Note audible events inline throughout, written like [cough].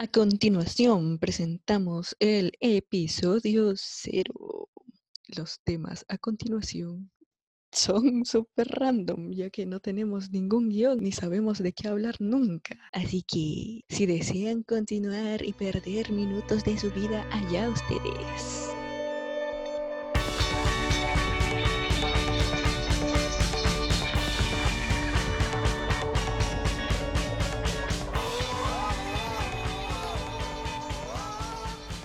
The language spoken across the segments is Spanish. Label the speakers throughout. Speaker 1: A continuación presentamos el episodio cero. Los temas a continuación [laughs] son súper random, ya que no tenemos ningún guión ni sabemos de qué hablar nunca. Así que, si desean continuar y perder minutos de su vida, allá ustedes.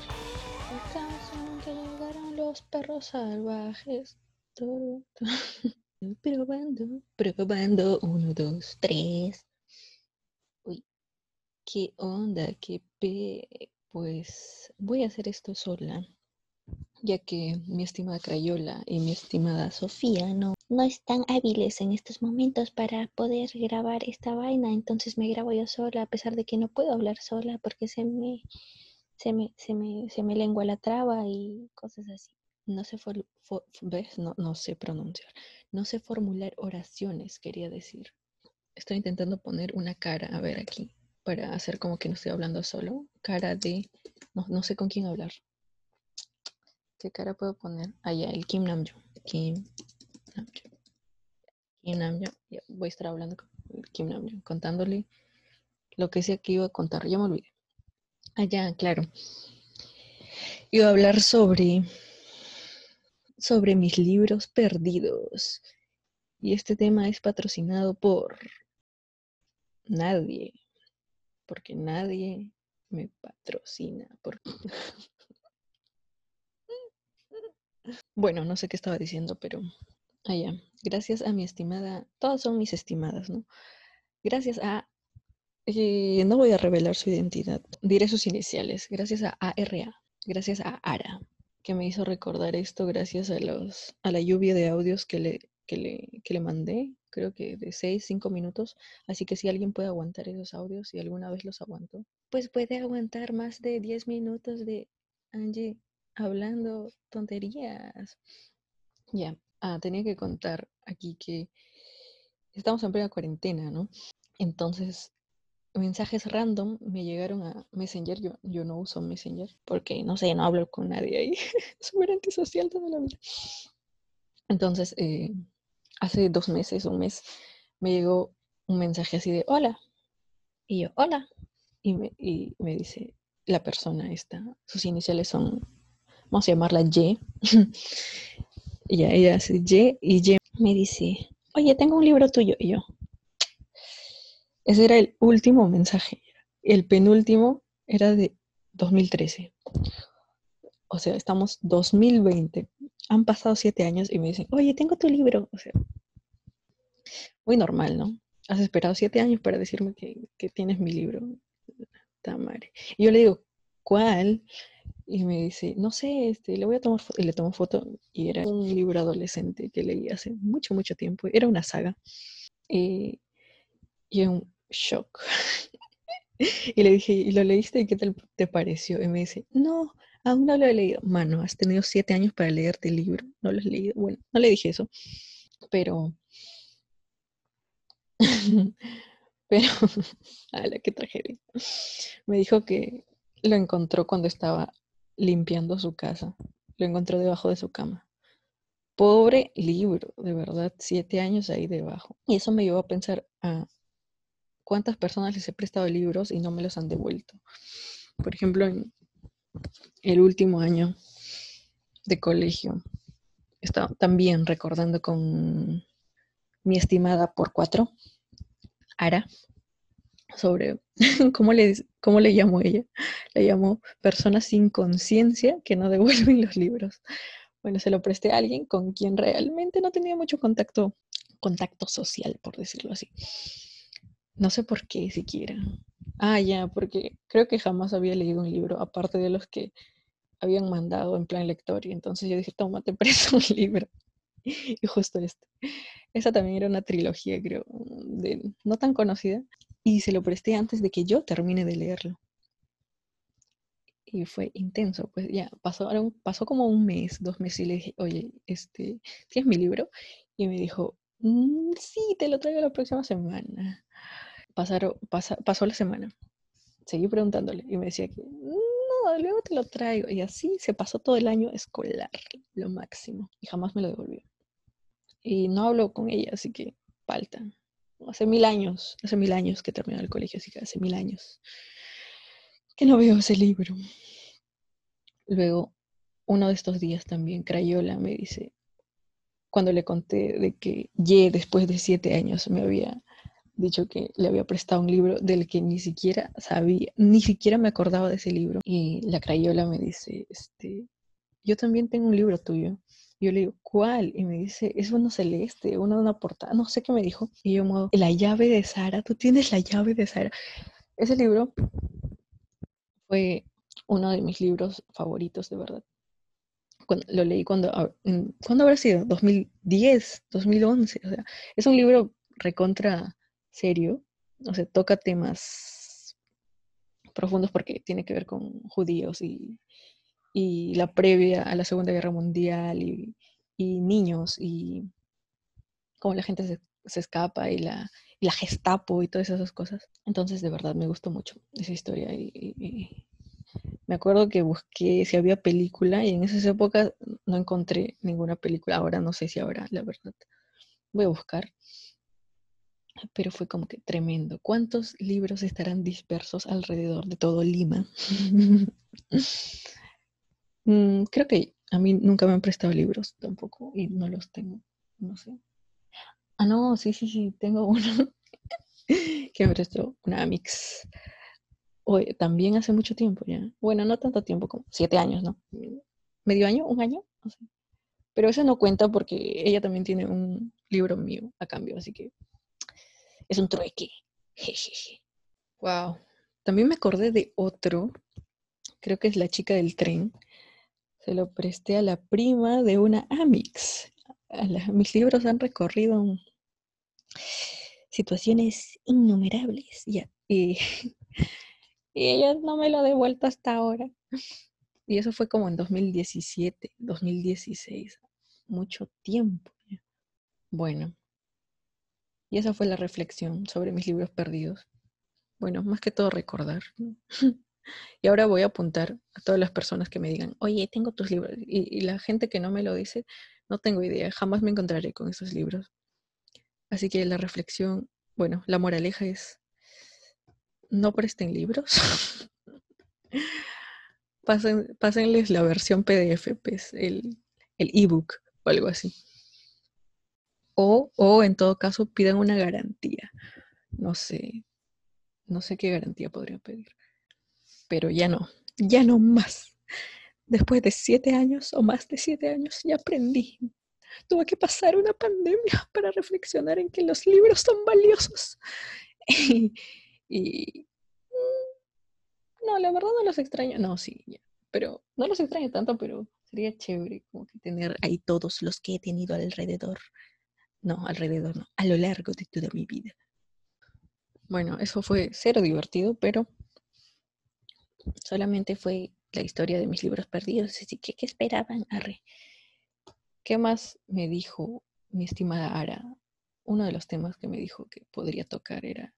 Speaker 2: Acaso nunca llegaron los perros salvajes.
Speaker 1: [laughs]
Speaker 2: Turu, turu. probando,
Speaker 1: Probando, uno, dos, tres. Uy, qué onda, qué pe... Pues voy a hacer esto sola, ya que mi estimada Crayola y mi estimada Sofía no,
Speaker 2: No están hábiles en estos momentos para poder grabar esta vaina, entonces me grabo yo sola, a pesar de que no puedo hablar sola porque se me, se me, se me, se me lengua la traba y cosas así.
Speaker 1: no sé, fol- fo- ¿ves? No, no sé pronunciar, no sé formular oraciones, quería decir. Estoy intentando poner una cara, a ver aquí, para hacer como que no estoy hablando solo. Cara de, no, no sé con quién hablar. ¿Qué cara puedo poner? Ah, ya, el Kim Namjoon. Kim Namjoon. Kim Namjoon. Ya, voy a estar hablando con el Kim Namjoon, contándole lo que sea que iba a contar. Ya me olvidé. Ah, ya, claro. Iba a hablar sobre sobre mis libros perdidos. Y este tema es patrocinado por nadie, porque nadie me patrocina. por- bueno, no sé qué estaba diciendo, pero allá. Gracias a mi estimada, todas son mis estimadas, ¿no? Gracias a... eh, no voy a revelar su identidad, diré sus iniciales. Gracias a ARA, gracias a ARA, que me hizo recordar esto gracias a los a la lluvia de audios que le que le, que le mandé, creo que de 6, 5 minutos, así que si alguien puede aguantar esos audios si alguna vez los aguantó, pues puede aguantar más de 10 minutos de Angie hablando tonterías. Ya, ah, tenía que contar aquí que estamos en plena cuarentena, ¿no? Entonces, mensajes random me llegaron a Messenger, yo, yo no uso Messenger porque no sé, no hablo con nadie ahí [laughs] súper antisocial toda la vida. Entonces, eh, hace dos meses, un mes, me llegó un mensaje así de hola. Y yo, hola. Y me, y me dice la persona esta, sus iniciales son, vamos a llamarla Y. [laughs] y ya ella hace Y y Y me dice, oye, tengo un libro tuyo. Y yo, ese era el último mensaje. El penúltimo era de 2013. O sea, estamos 2020. Han pasado siete años y me dicen, oye, tengo tu libro. O sea, muy normal, ¿no? Has esperado siete años para decirme que, que tienes mi libro. Tamare. Y yo le digo, ¿cuál? Y me dice, no sé, este, le voy a tomar foto. Y le tomo foto. Y era un libro adolescente que leí hace mucho, mucho tiempo. Era una saga. Eh, y era un shock. [laughs] y le dije, ¿y lo leíste? ¿Y qué tal te pareció? Y me dice, no, Aún no lo he leído. Mano, has tenido siete años para leerte el libro. No lo has leído. Bueno, no le dije eso. Pero. [laughs] pero. [laughs] la qué tragedia! Me dijo que lo encontró cuando estaba limpiando su casa. Lo encontró debajo de su cama. Pobre libro, de verdad, siete años ahí debajo. Y eso me llevó a pensar a cuántas personas les he prestado libros y no me los han devuelto. Por ejemplo, en, el último año de colegio. Estaba también recordando con mi estimada por cuatro, Ara, sobre [laughs] cómo le, cómo le llamó ella. Le llamó personas sin conciencia que no devuelven [laughs] los libros. Bueno, se lo presté a alguien con quien realmente no tenía mucho contacto, contacto social, por decirlo así. No sé por qué siquiera. Ah, ya, porque creo que jamás había leído un libro, aparte de los que habían mandado en plan lector, y entonces yo dije, toma, te [laughs] presto un libro. Y justo este. Esa también era una trilogía, creo, de, no tan conocida, y se lo presté antes de que yo termine de leerlo. Y fue intenso, pues ya, pasó, pasó como un mes, dos meses, y le dije, oye, este, ¿tienes mi libro? Y me dijo, "Mm, sí, te lo traigo la próxima semana pasaron, pasa- pasó la semana. seguí preguntándole y me decía que no, luego te lo traigo. Y así se pasó todo el año escolar, lo máximo, y jamás me lo devolvió. Y no hablo con ella, así que falta. Hace mil años, hace mil años que terminó el colegio, así que hace mil años que no veo ese libro. Luego, uno de estos días también, Crayola me dice, cuando le conté de que Ye, después de siete años, me había dicho que le había prestado un libro del que ni siquiera sabía, ni siquiera me acordaba de ese libro. Y la crayola me dice, este, yo también tengo un libro tuyo. Yo le digo, ¿cuál? Y me dice, es uno celeste, uno de una portada, no sé qué me dijo. Y yo muevo, la llave de Sara, tú tienes la llave de Sara. Ese libro fue uno de mis libros favoritos, de verdad. Cuando, lo leí cuando, ah, mm, ¿cuándo habrá sido? 2010, 2011. O sea, es un libro recontra serio, o sea, toca temas profundos porque tiene que ver con judíos y, y la previa a la Segunda Guerra Mundial y, y niños y cómo la gente se, se escapa y la, y la, Gestapo y todas esas cosas. Entonces, de verdad, me gustó mucho esa historia y, me acuerdo que busqué si había película y en esas épocas no encontré ninguna película. Ahora no sé si habrá, la verdad. Voy a buscar pero fue como que tremendo. ¿Cuántos libros estarán dispersos alrededor de todo Lima? [laughs] mm, creo que a mí nunca me han prestado libros tampoco y no los tengo, no sé. Ah, no, sí, sí, sí, tengo [laughs] uno que me prestó una Amix. Hoy, también hace mucho tiempo ya. Bueno, no tanto tiempo como siete años, ¿no? ¿Medio año? ¿Un año? No sé. Pero eso no cuenta porque ella también tiene un libro mío a cambio, así que es un trueque. Jejeje. Wow. También me acordé de otro, creo que es la chica del tren. Se lo presté a la prima de una Amix. A la, mis libros han recorrido situaciones innumerables. Ya. Y, eh, y ella no me lo ha devuelto hasta ahora. [laughs] Y eso fue como en 2017, 2016. Mucho tiempo. Bueno, y esa fue la reflexión sobre mis libros perdidos. Bueno, más que todo recordar. [laughs] y ahora voy a apuntar a todas las personas que me digan, oye, tengo tus libros. Y, y, la gente que no me lo dice, no tengo idea, jamás me encontraré con esos libros. Así que la reflexión, bueno, la moraleja es, no presten libros. [laughs] Pasen, pásenles la versión PDF, pues, el ebook el e o algo así. O, o, en todo caso pidan una garantía. No sé, no sé qué garantía podrían pedir. Pero ya no, ya no más. Después de siete años o más de siete años ya aprendí. Tuve que pasar una pandemia para reflexionar en que los libros son valiosos. [laughs] y, y mm, no, la verdad no los extraño. No, sí, ya. Pero no los extraño tanto, pero sería chévere como que tener ahí todos los que he tenido alrededor no, alrededor, no, a lo largo de toda mi vida. Bueno, eso fue cero divertido, pero solamente fue la historia de mis libros perdidos, así que ¿qué esperaban, Arre? ¿Qué más me dijo mi estimada Ara? Uno de los temas que me dijo que podría tocar era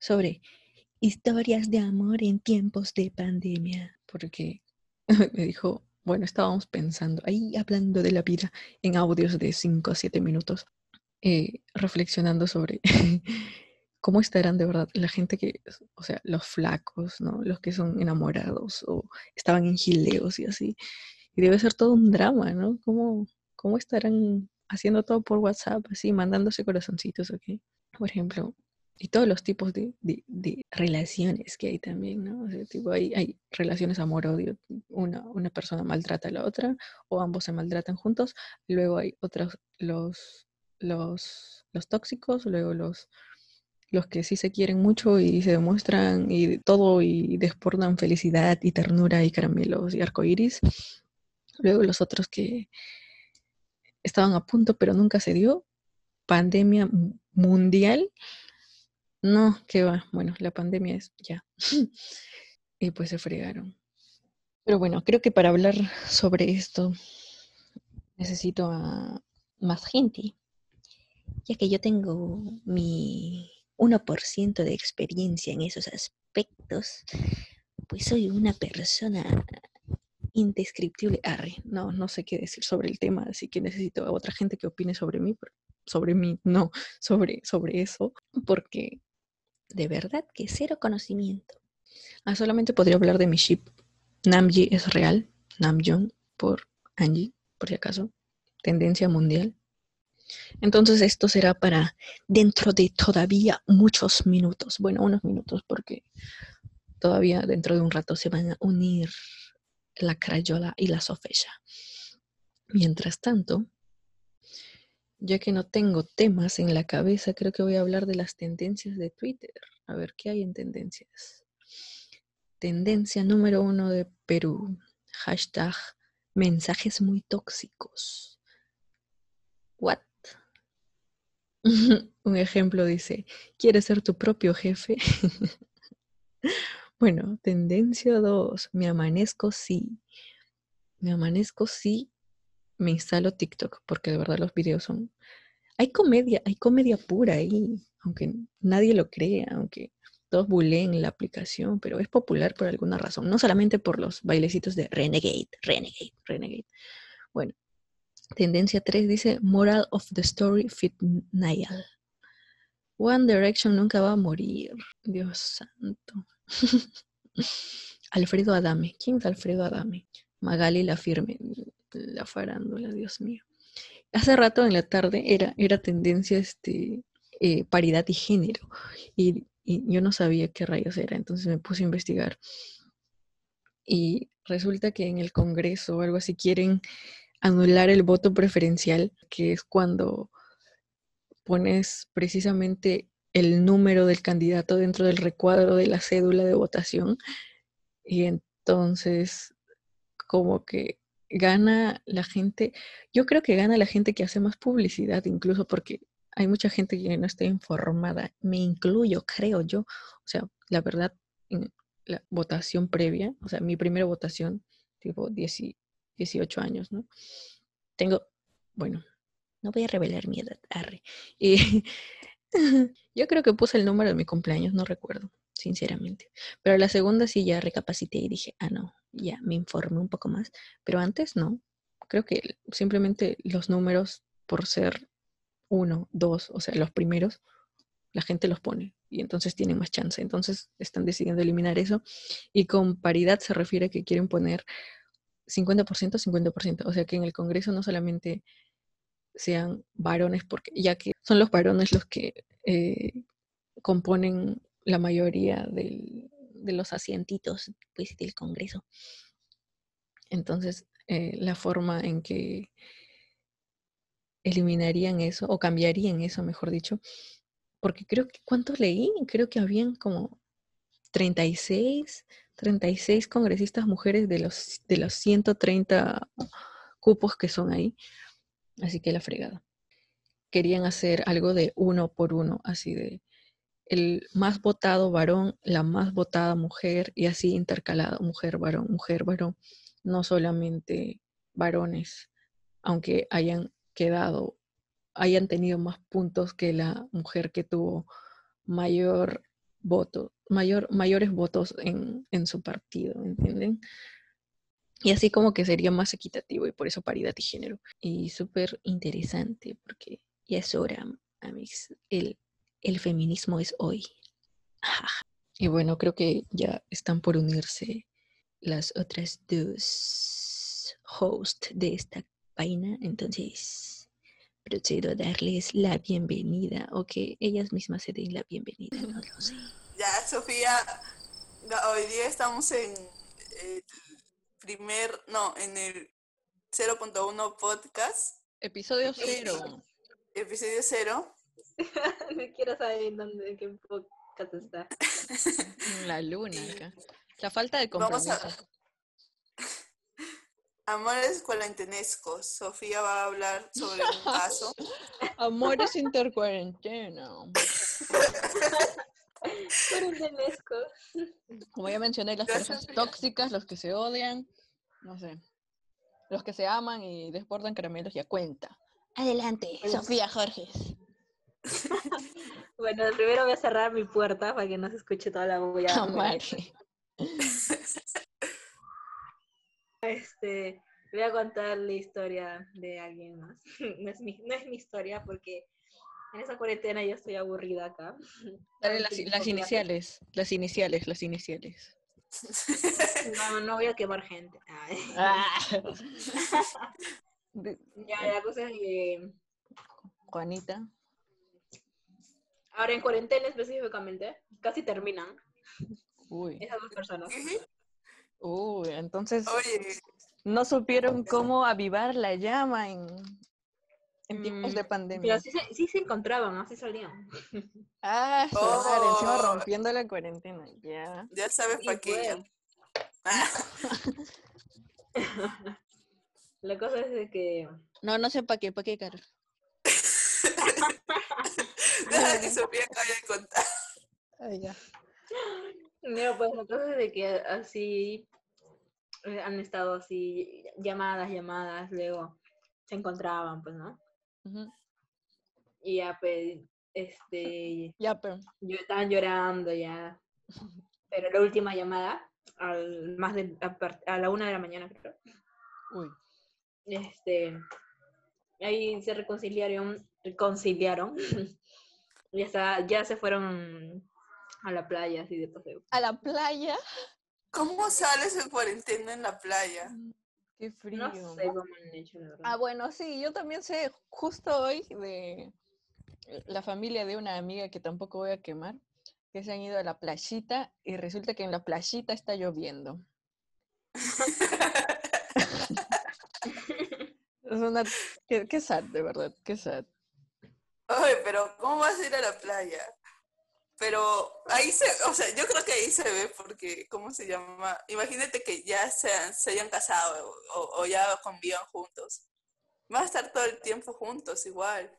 Speaker 1: sobre historias de amor en tiempos de pandemia, porque [laughs] me dijo, bueno, estábamos pensando, ahí hablando de la vida en audios de 5 a 7 minutos, eh, reflexionando sobre [laughs] cómo estarán de verdad la gente que, o sea, los flacos, ¿no? Los que son enamorados o estaban en gileos y así. Y debe ser todo un drama, ¿no? ¿Cómo, cómo estarán haciendo todo por WhatsApp, así, mandándose corazoncitos, ¿ok? Por ejemplo, y todos los tipos de, de, de relaciones que hay también, ¿no? O sea, tipo, hay, hay relaciones amor-odio. Una, una persona maltrata a la otra o ambos se maltratan juntos. Luego hay otros, los los, los, tóxicos, luego los, los que sí se quieren mucho y se demuestran y todo y desportan felicidad y ternura y caramelos y arcoíris. Luego los otros que estaban a punto pero nunca se dio. Pandemia mundial. No, que va. Bueno, la pandemia es ya. [laughs] y pues se fregaron. Pero bueno, creo que para hablar sobre esto necesito a más gente ya que yo tengo mi 1% de experiencia en esos
Speaker 2: aspectos, pues soy una persona
Speaker 1: indescriptible. Arre, no, no sé qué decir sobre el tema, así que necesito a otra gente que opine sobre mí, por- sobre mí, no, sobre, sobre eso, porque
Speaker 2: de verdad que cero conocimiento.
Speaker 1: ah, solamente podría hablar de mi ship. Namji es real, Namjoon por Angie, por si acaso, tendencia mundial. Entonces esto será para dentro de todavía muchos minutos, bueno, unos minutos, porque todavía dentro de un rato se van a unir la crayola y la sofella. Mientras tanto, ya que no tengo temas en la cabeza, creo que voy a hablar de las tendencias de Twitter. A ver, ¿qué hay en tendencias? Tendencia número uno de Perú. Hashtag mensajes muy tóxicos. What? [laughs] Un ejemplo dice, ¿quieres ser tu propio jefe? [laughs] bueno, tendencia dos, me amanezco sí. Me amanezco sí, me instalo TikTok, porque de verdad los videos son hay comedia, hay comedia pura ahí, aunque nadie lo crea, aunque todos buleen la aplicación, pero es popular por alguna razón, no solamente por los bailecitos de Renegade, Renegade, Renegade. Bueno, tendencia 3 dice Moral of the Story Fit Niall. One Direction nunca va a morir. Dios santo. [laughs] Alfredo Adame. ¿Quién es Alfredo Adame? Magali la firme. La farándula, Dios mío. Hace rato en la tarde era, era tendencia este, eh, paridad y género. Y, y yo no sabía qué rayos era, entonces me puse a investigar. Y resulta que en el Congreso o algo así quieren anular el voto preferencial, que es cuando pones precisamente el número del candidato dentro del recuadro de la cédula de votación. Y entonces, como que gana la gente, yo creo que gana la gente que hace más publicidad, incluso porque hay mucha gente que no está informada, me incluyo, creo yo. O sea, la verdad, en la votación previa, o sea, mi primera votación, tipo 10 18 años, ¿no? Tengo, bueno, no voy a revelar mi edad, arre. Eh, [laughs] yo creo que puse el número de mi cumpleaños, no recuerdo, sinceramente. Pero la segunda sí ya recapacité y dije, ah, no, ya me informé un poco más. Pero antes no, creo que simplemente los números por ser uno, dos, o sea, los primeros, la gente los pone y entonces tienen más chance. Entonces están decidiendo eliminar eso. Y con paridad se refiere a que quieren poner 50%, 50%. O sea, que en el Congreso no solamente sean varones, porque ya que son los varones los que eh, componen la mayoría del- de los asientitos pues, del Congreso. Entonces, eh, la forma en que eliminarían eso, o cambiarían eso, mejor dicho, porque creo que, ¿cuántos leí? Creo que habían como 36, 36 congresistas mujeres de los, de los 130 cupos que son ahí. Así que la fregada. Querían hacer algo de uno por uno, así de el más votado varón, la más votada mujer y así intercalado, mujer, varón, mujer, varón, no solamente varones, aunque hayan quedado, hayan tenido más puntos que la mujer que tuvo mayor voto, mayor, mayores votos en, en su partido, ¿entienden? Y así como que sería más equitativo y por eso paridad y género. Y súper interesante porque ya es hora, am- amigos. El, el feminismo es hoy. [laughs] Ajaja. Y bueno, creo que ya están por unirse las otras dos hosts de esta vaina. Entonces procedo a darles la bienvenida o que ellas mismas se den la bienvenida. No lo sé.
Speaker 3: Ya, Sofía, la- hoy día estamos en el primer, no, en el 0.1 podcast,
Speaker 1: [laughs] Episodio
Speaker 3: cero. episodio 0.
Speaker 4: No quiero saber en dónde, en qué podcast está.
Speaker 1: La luna acá. La falta de
Speaker 3: Vamos a- Amores cuarentenescos. Sofía va a hablar sobre un caso. [laughs]
Speaker 1: Amores intercuarentena.
Speaker 4: Cuarentenesco.
Speaker 1: como ya mencioné, las
Speaker 3: Gracias,
Speaker 1: personas tóxicas, los que se odian, no sé, los que se aman y desbordan caramelos ya cuenta.
Speaker 2: Adelante, Sofía Jorges.
Speaker 4: Bueno, primero voy a cerrar mi puerta para que no se escuche toda la bulla.
Speaker 1: Ah, madre.
Speaker 4: Este, voy a contar la historia de alguien más. [laughs] No es mi, no es mi historia porque en esa cuarentena yo estoy aburrida acá.
Speaker 1: Dale las, las iniciales, las iniciales, las iniciales.
Speaker 4: No, no voy a quemar gente. Ay.
Speaker 1: Ah.
Speaker 4: Ah.
Speaker 1: De-
Speaker 4: [laughs] Ya, la cosa es que
Speaker 1: Juanita.
Speaker 4: ahora en cuarentena específicamente casi terminan
Speaker 1: Uy.
Speaker 4: esas dos personas.
Speaker 1: Uy, entonces
Speaker 3: Oye,
Speaker 1: no supieron cómo avivar la llama en, en tiempos
Speaker 4: Mm,
Speaker 1: de
Speaker 4: Pero
Speaker 1: pandemia.
Speaker 4: sí se, sí se encontraban, así salían.
Speaker 1: Ah, su madre, encima
Speaker 3: Oh.
Speaker 1: rompiendo la cuarentena. Ya.
Speaker 3: ya
Speaker 4: [laughs]
Speaker 3: sabes
Speaker 4: Sí,
Speaker 3: para qué. Ah,
Speaker 4: [laughs] La cosa es de que
Speaker 1: No, no sé para qué, para qué, Carol.
Speaker 3: deja [laughs] que Sofía acabe de contar.
Speaker 1: Ay, Ah, ya.
Speaker 4: No, pues la cosa es de que así eh, han estado así, llamadas, llamadas, luego se encontraban, pues, ¿no?
Speaker 1: Ujú.
Speaker 4: Y ya, pues, este,
Speaker 1: Ya, pero.
Speaker 4: yo estaban llorando ya. Pero la última llamada, al, más de, a, par- a la una de la mañana, creo,
Speaker 1: Uy.
Speaker 4: este, ahí se reconciliaron, reconciliaron. [laughs] y hasta, ya se fueron a la playa, así de paseo.
Speaker 1: A la playa.
Speaker 3: ¿Cómo sales en cuarentena en la playa?
Speaker 1: Qué frío.
Speaker 4: No sé cómo han hecho, la verdad.
Speaker 1: Ah, bueno, sí, yo también sé justo hoy de eh, la familia de una amiga que tampoco voy a quemar, que se han ido a la playita y resulta que en la playita está lloviendo. Es una... Qué, qué sad, de verdad, qué sad.
Speaker 3: Oye, pero ¿cómo vas a ir a la playa? Pero ahí se, o sea, yo creo que ahí se ve porque, ¿cómo se llama? Imagínate que ya se, han- se hayan casado o, o ya convivan juntos. Van a estar todo el tiempo juntos igual.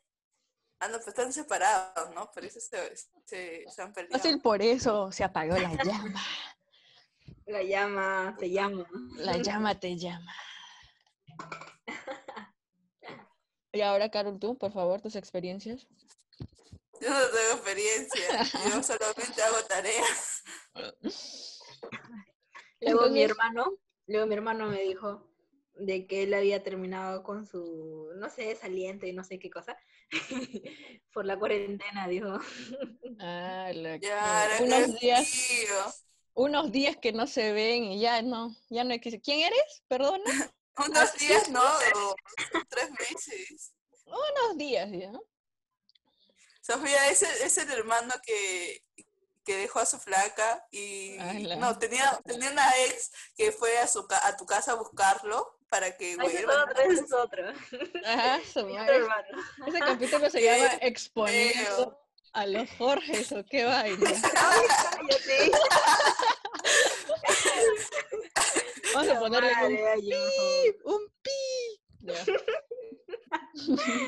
Speaker 3: Ah, no, pues están separados, ¿no? Por eso se, se, se han perdido.
Speaker 1: Fácil por eso se apagó la llama.
Speaker 4: La llama, te llama.
Speaker 1: La llama te llama. Y ahora, Carol, tú, por favor, tus experiencias.
Speaker 3: Yo no tengo experiencia. Yo solamente hago tareas.
Speaker 4: Luego mi
Speaker 1: Entonces-
Speaker 4: hermano, luego mi hermano me dijo de que él había terminado con su, no sé, saliente, no sé qué cosa, [laughs] por la cuarentena, dijo.
Speaker 1: Ah, la
Speaker 3: Ya,
Speaker 1: que-
Speaker 3: ahora
Speaker 1: unos
Speaker 3: que
Speaker 1: días
Speaker 3: tío.
Speaker 1: unos días que no se ven y ya no, ya no existe. ¿Quién eres? Perdona.
Speaker 3: Unos días, no, son tres meses.
Speaker 1: Unos días, ¿ya?
Speaker 3: Sofía es el, es el hermano que, que dejó a su flaca y
Speaker 1: Ala.
Speaker 3: no tenía tenía una ex que fue a su ca- a tu casa a buscarlo para que
Speaker 4: Ay, ese es
Speaker 3: vuelva.
Speaker 4: otro, ese es otro.
Speaker 3: [laughs]
Speaker 1: Ajá, su
Speaker 4: [laughs] Mi otro
Speaker 1: madre.
Speaker 4: hermano.
Speaker 1: Ese capítulo se llama
Speaker 3: Qué
Speaker 1: Exponiendo a los Jorges o qué
Speaker 3: [laughs]
Speaker 1: vaina.
Speaker 4: Ay, cállate.
Speaker 1: Vamos a ponerle un,
Speaker 4: Madre, [laughs] ay, yo.
Speaker 1: un pi.
Speaker 3: [laughs]
Speaker 1: Ya.
Speaker 3: [laughs]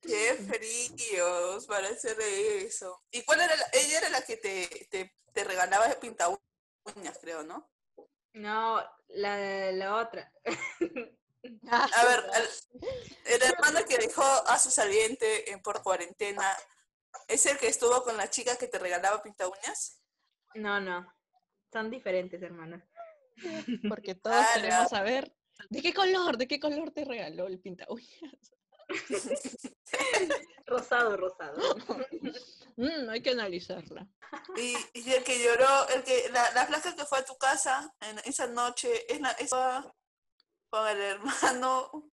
Speaker 3: Qué fríos para hacer eso. ¿Y cuál era la- ella era la que te, te, te regalaba de pinta uñas, creo, ¿no?
Speaker 4: No, la, la otra.
Speaker 1: Ah,
Speaker 3: A ver, el, el hermano que dejó a su saliente en por cuarentena es el que estuvo con la chica que te regalaba pinta uñas.
Speaker 4: No, no. Son diferentes, hermanos.
Speaker 1: Porque todos
Speaker 3: Ala.
Speaker 1: queremos saber de qué color, de qué color te regaló el pinta. Uy,
Speaker 4: Rosado, rosado. [laughs]
Speaker 1: mm, hay que analizarla.
Speaker 3: Y, y el que lloró, el que, la, la flaca que fue a tu casa en esa noche, es la, es la- con el hermano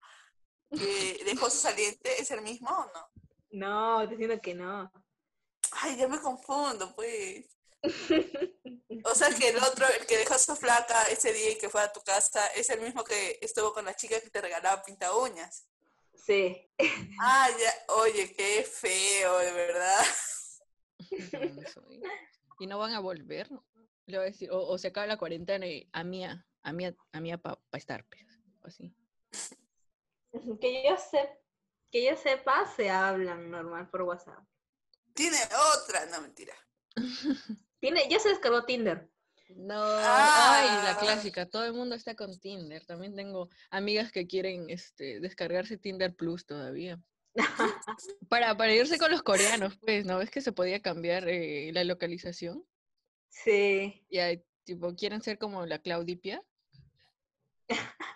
Speaker 3: que dejó su saliente, ¿es el mismo o no?
Speaker 4: No, diciendo que no.
Speaker 3: Ay, ya me confundo, pues. O sea que el otro, el que dejó a su flaca ese día y que fue a tu casa, es el mismo que estuvo con la chica que te regalaba pinta uñas.
Speaker 4: Sí.
Speaker 3: Ah, ya, oye, qué feo, de verdad.
Speaker 1: Manso, ¿eh? Y no van a volver. Le voy a decir, o, o se acaba la cuarentena y a mía, a mía, a mía para estar, pues, o así.
Speaker 4: Que yo sé, que yo sepa, se hablan normal por WhatsApp.
Speaker 3: Tiene otra, no mentira.
Speaker 4: Tiene, ya se descargó Tinder.
Speaker 1: No, ay,
Speaker 3: Ah.
Speaker 1: la clásica, todo el mundo está con Tinder. También tengo amigas que quieren este, descargarse Tinder Plus todavía. Para, para irse con los coreanos, pues, ¿no? ¿Ves que se podía cambiar eh, la localización?
Speaker 4: Sí.
Speaker 1: Y ahí, tipo, quieren ser como la Claudipia.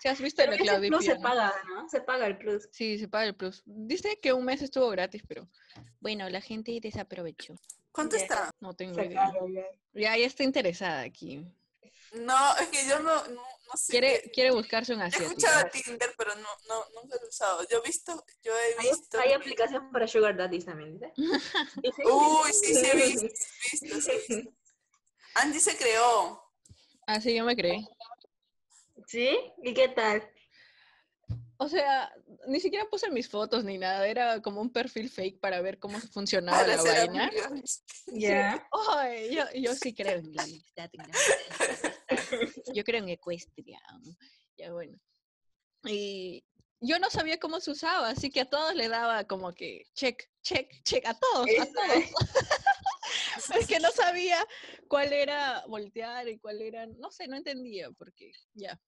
Speaker 1: ¿Sí has visto
Speaker 4: Pero
Speaker 1: la
Speaker 4: ese
Speaker 1: Claudipia?
Speaker 4: plus se
Speaker 1: no?
Speaker 4: paga, ¿no? Se paga el plus.
Speaker 1: Sí, se paga el plus. Dice que un mes estuvo gratis, pero bueno, la gente desaprovechó.
Speaker 3: ¿Cuánto
Speaker 4: Ya.
Speaker 3: está?
Speaker 1: No tengo
Speaker 4: Se
Speaker 1: idea.
Speaker 4: paga, ya.
Speaker 1: Ya, ya está interesada aquí.
Speaker 3: No, es que yo no, no, no sé.
Speaker 1: Quiere,
Speaker 3: qué-
Speaker 1: quiere buscarse un
Speaker 3: He
Speaker 1: asiático.
Speaker 3: escuchado Tinder, pero no, no, nunca lo he usado. Yo he visto, yo he
Speaker 4: Hay,
Speaker 3: visto.
Speaker 4: hay aplicación para Sugar Daddies también,
Speaker 3: [laughs]
Speaker 4: ¿sí?
Speaker 3: Uy, sí, sí, he visto, sí, he visto, sí, he visto. Andy se creó.
Speaker 1: Ah, sí, yo me creí.
Speaker 4: [laughs] ¿Sí? ¿Y qué tal?
Speaker 1: O sea, ni siquiera puse mis fotos ni nada. Era como un perfil fake para ver cómo funcionaba
Speaker 3: para
Speaker 1: la
Speaker 3: ser
Speaker 1: vaina.
Speaker 3: amigos.
Speaker 4: Ya.
Speaker 1: Ay, yo, yo sí creo en la amistad, en la amistad, en la amistad. Yo creo en Equestria. Ya bueno. Y yo no sabía cómo se usaba, así que a todos le daba como que check, check, check, a todos, a
Speaker 4: Eso
Speaker 1: todos. [laughs] Es que no sabía cuál era voltear y cuál era, no sé, no entendía porque ya.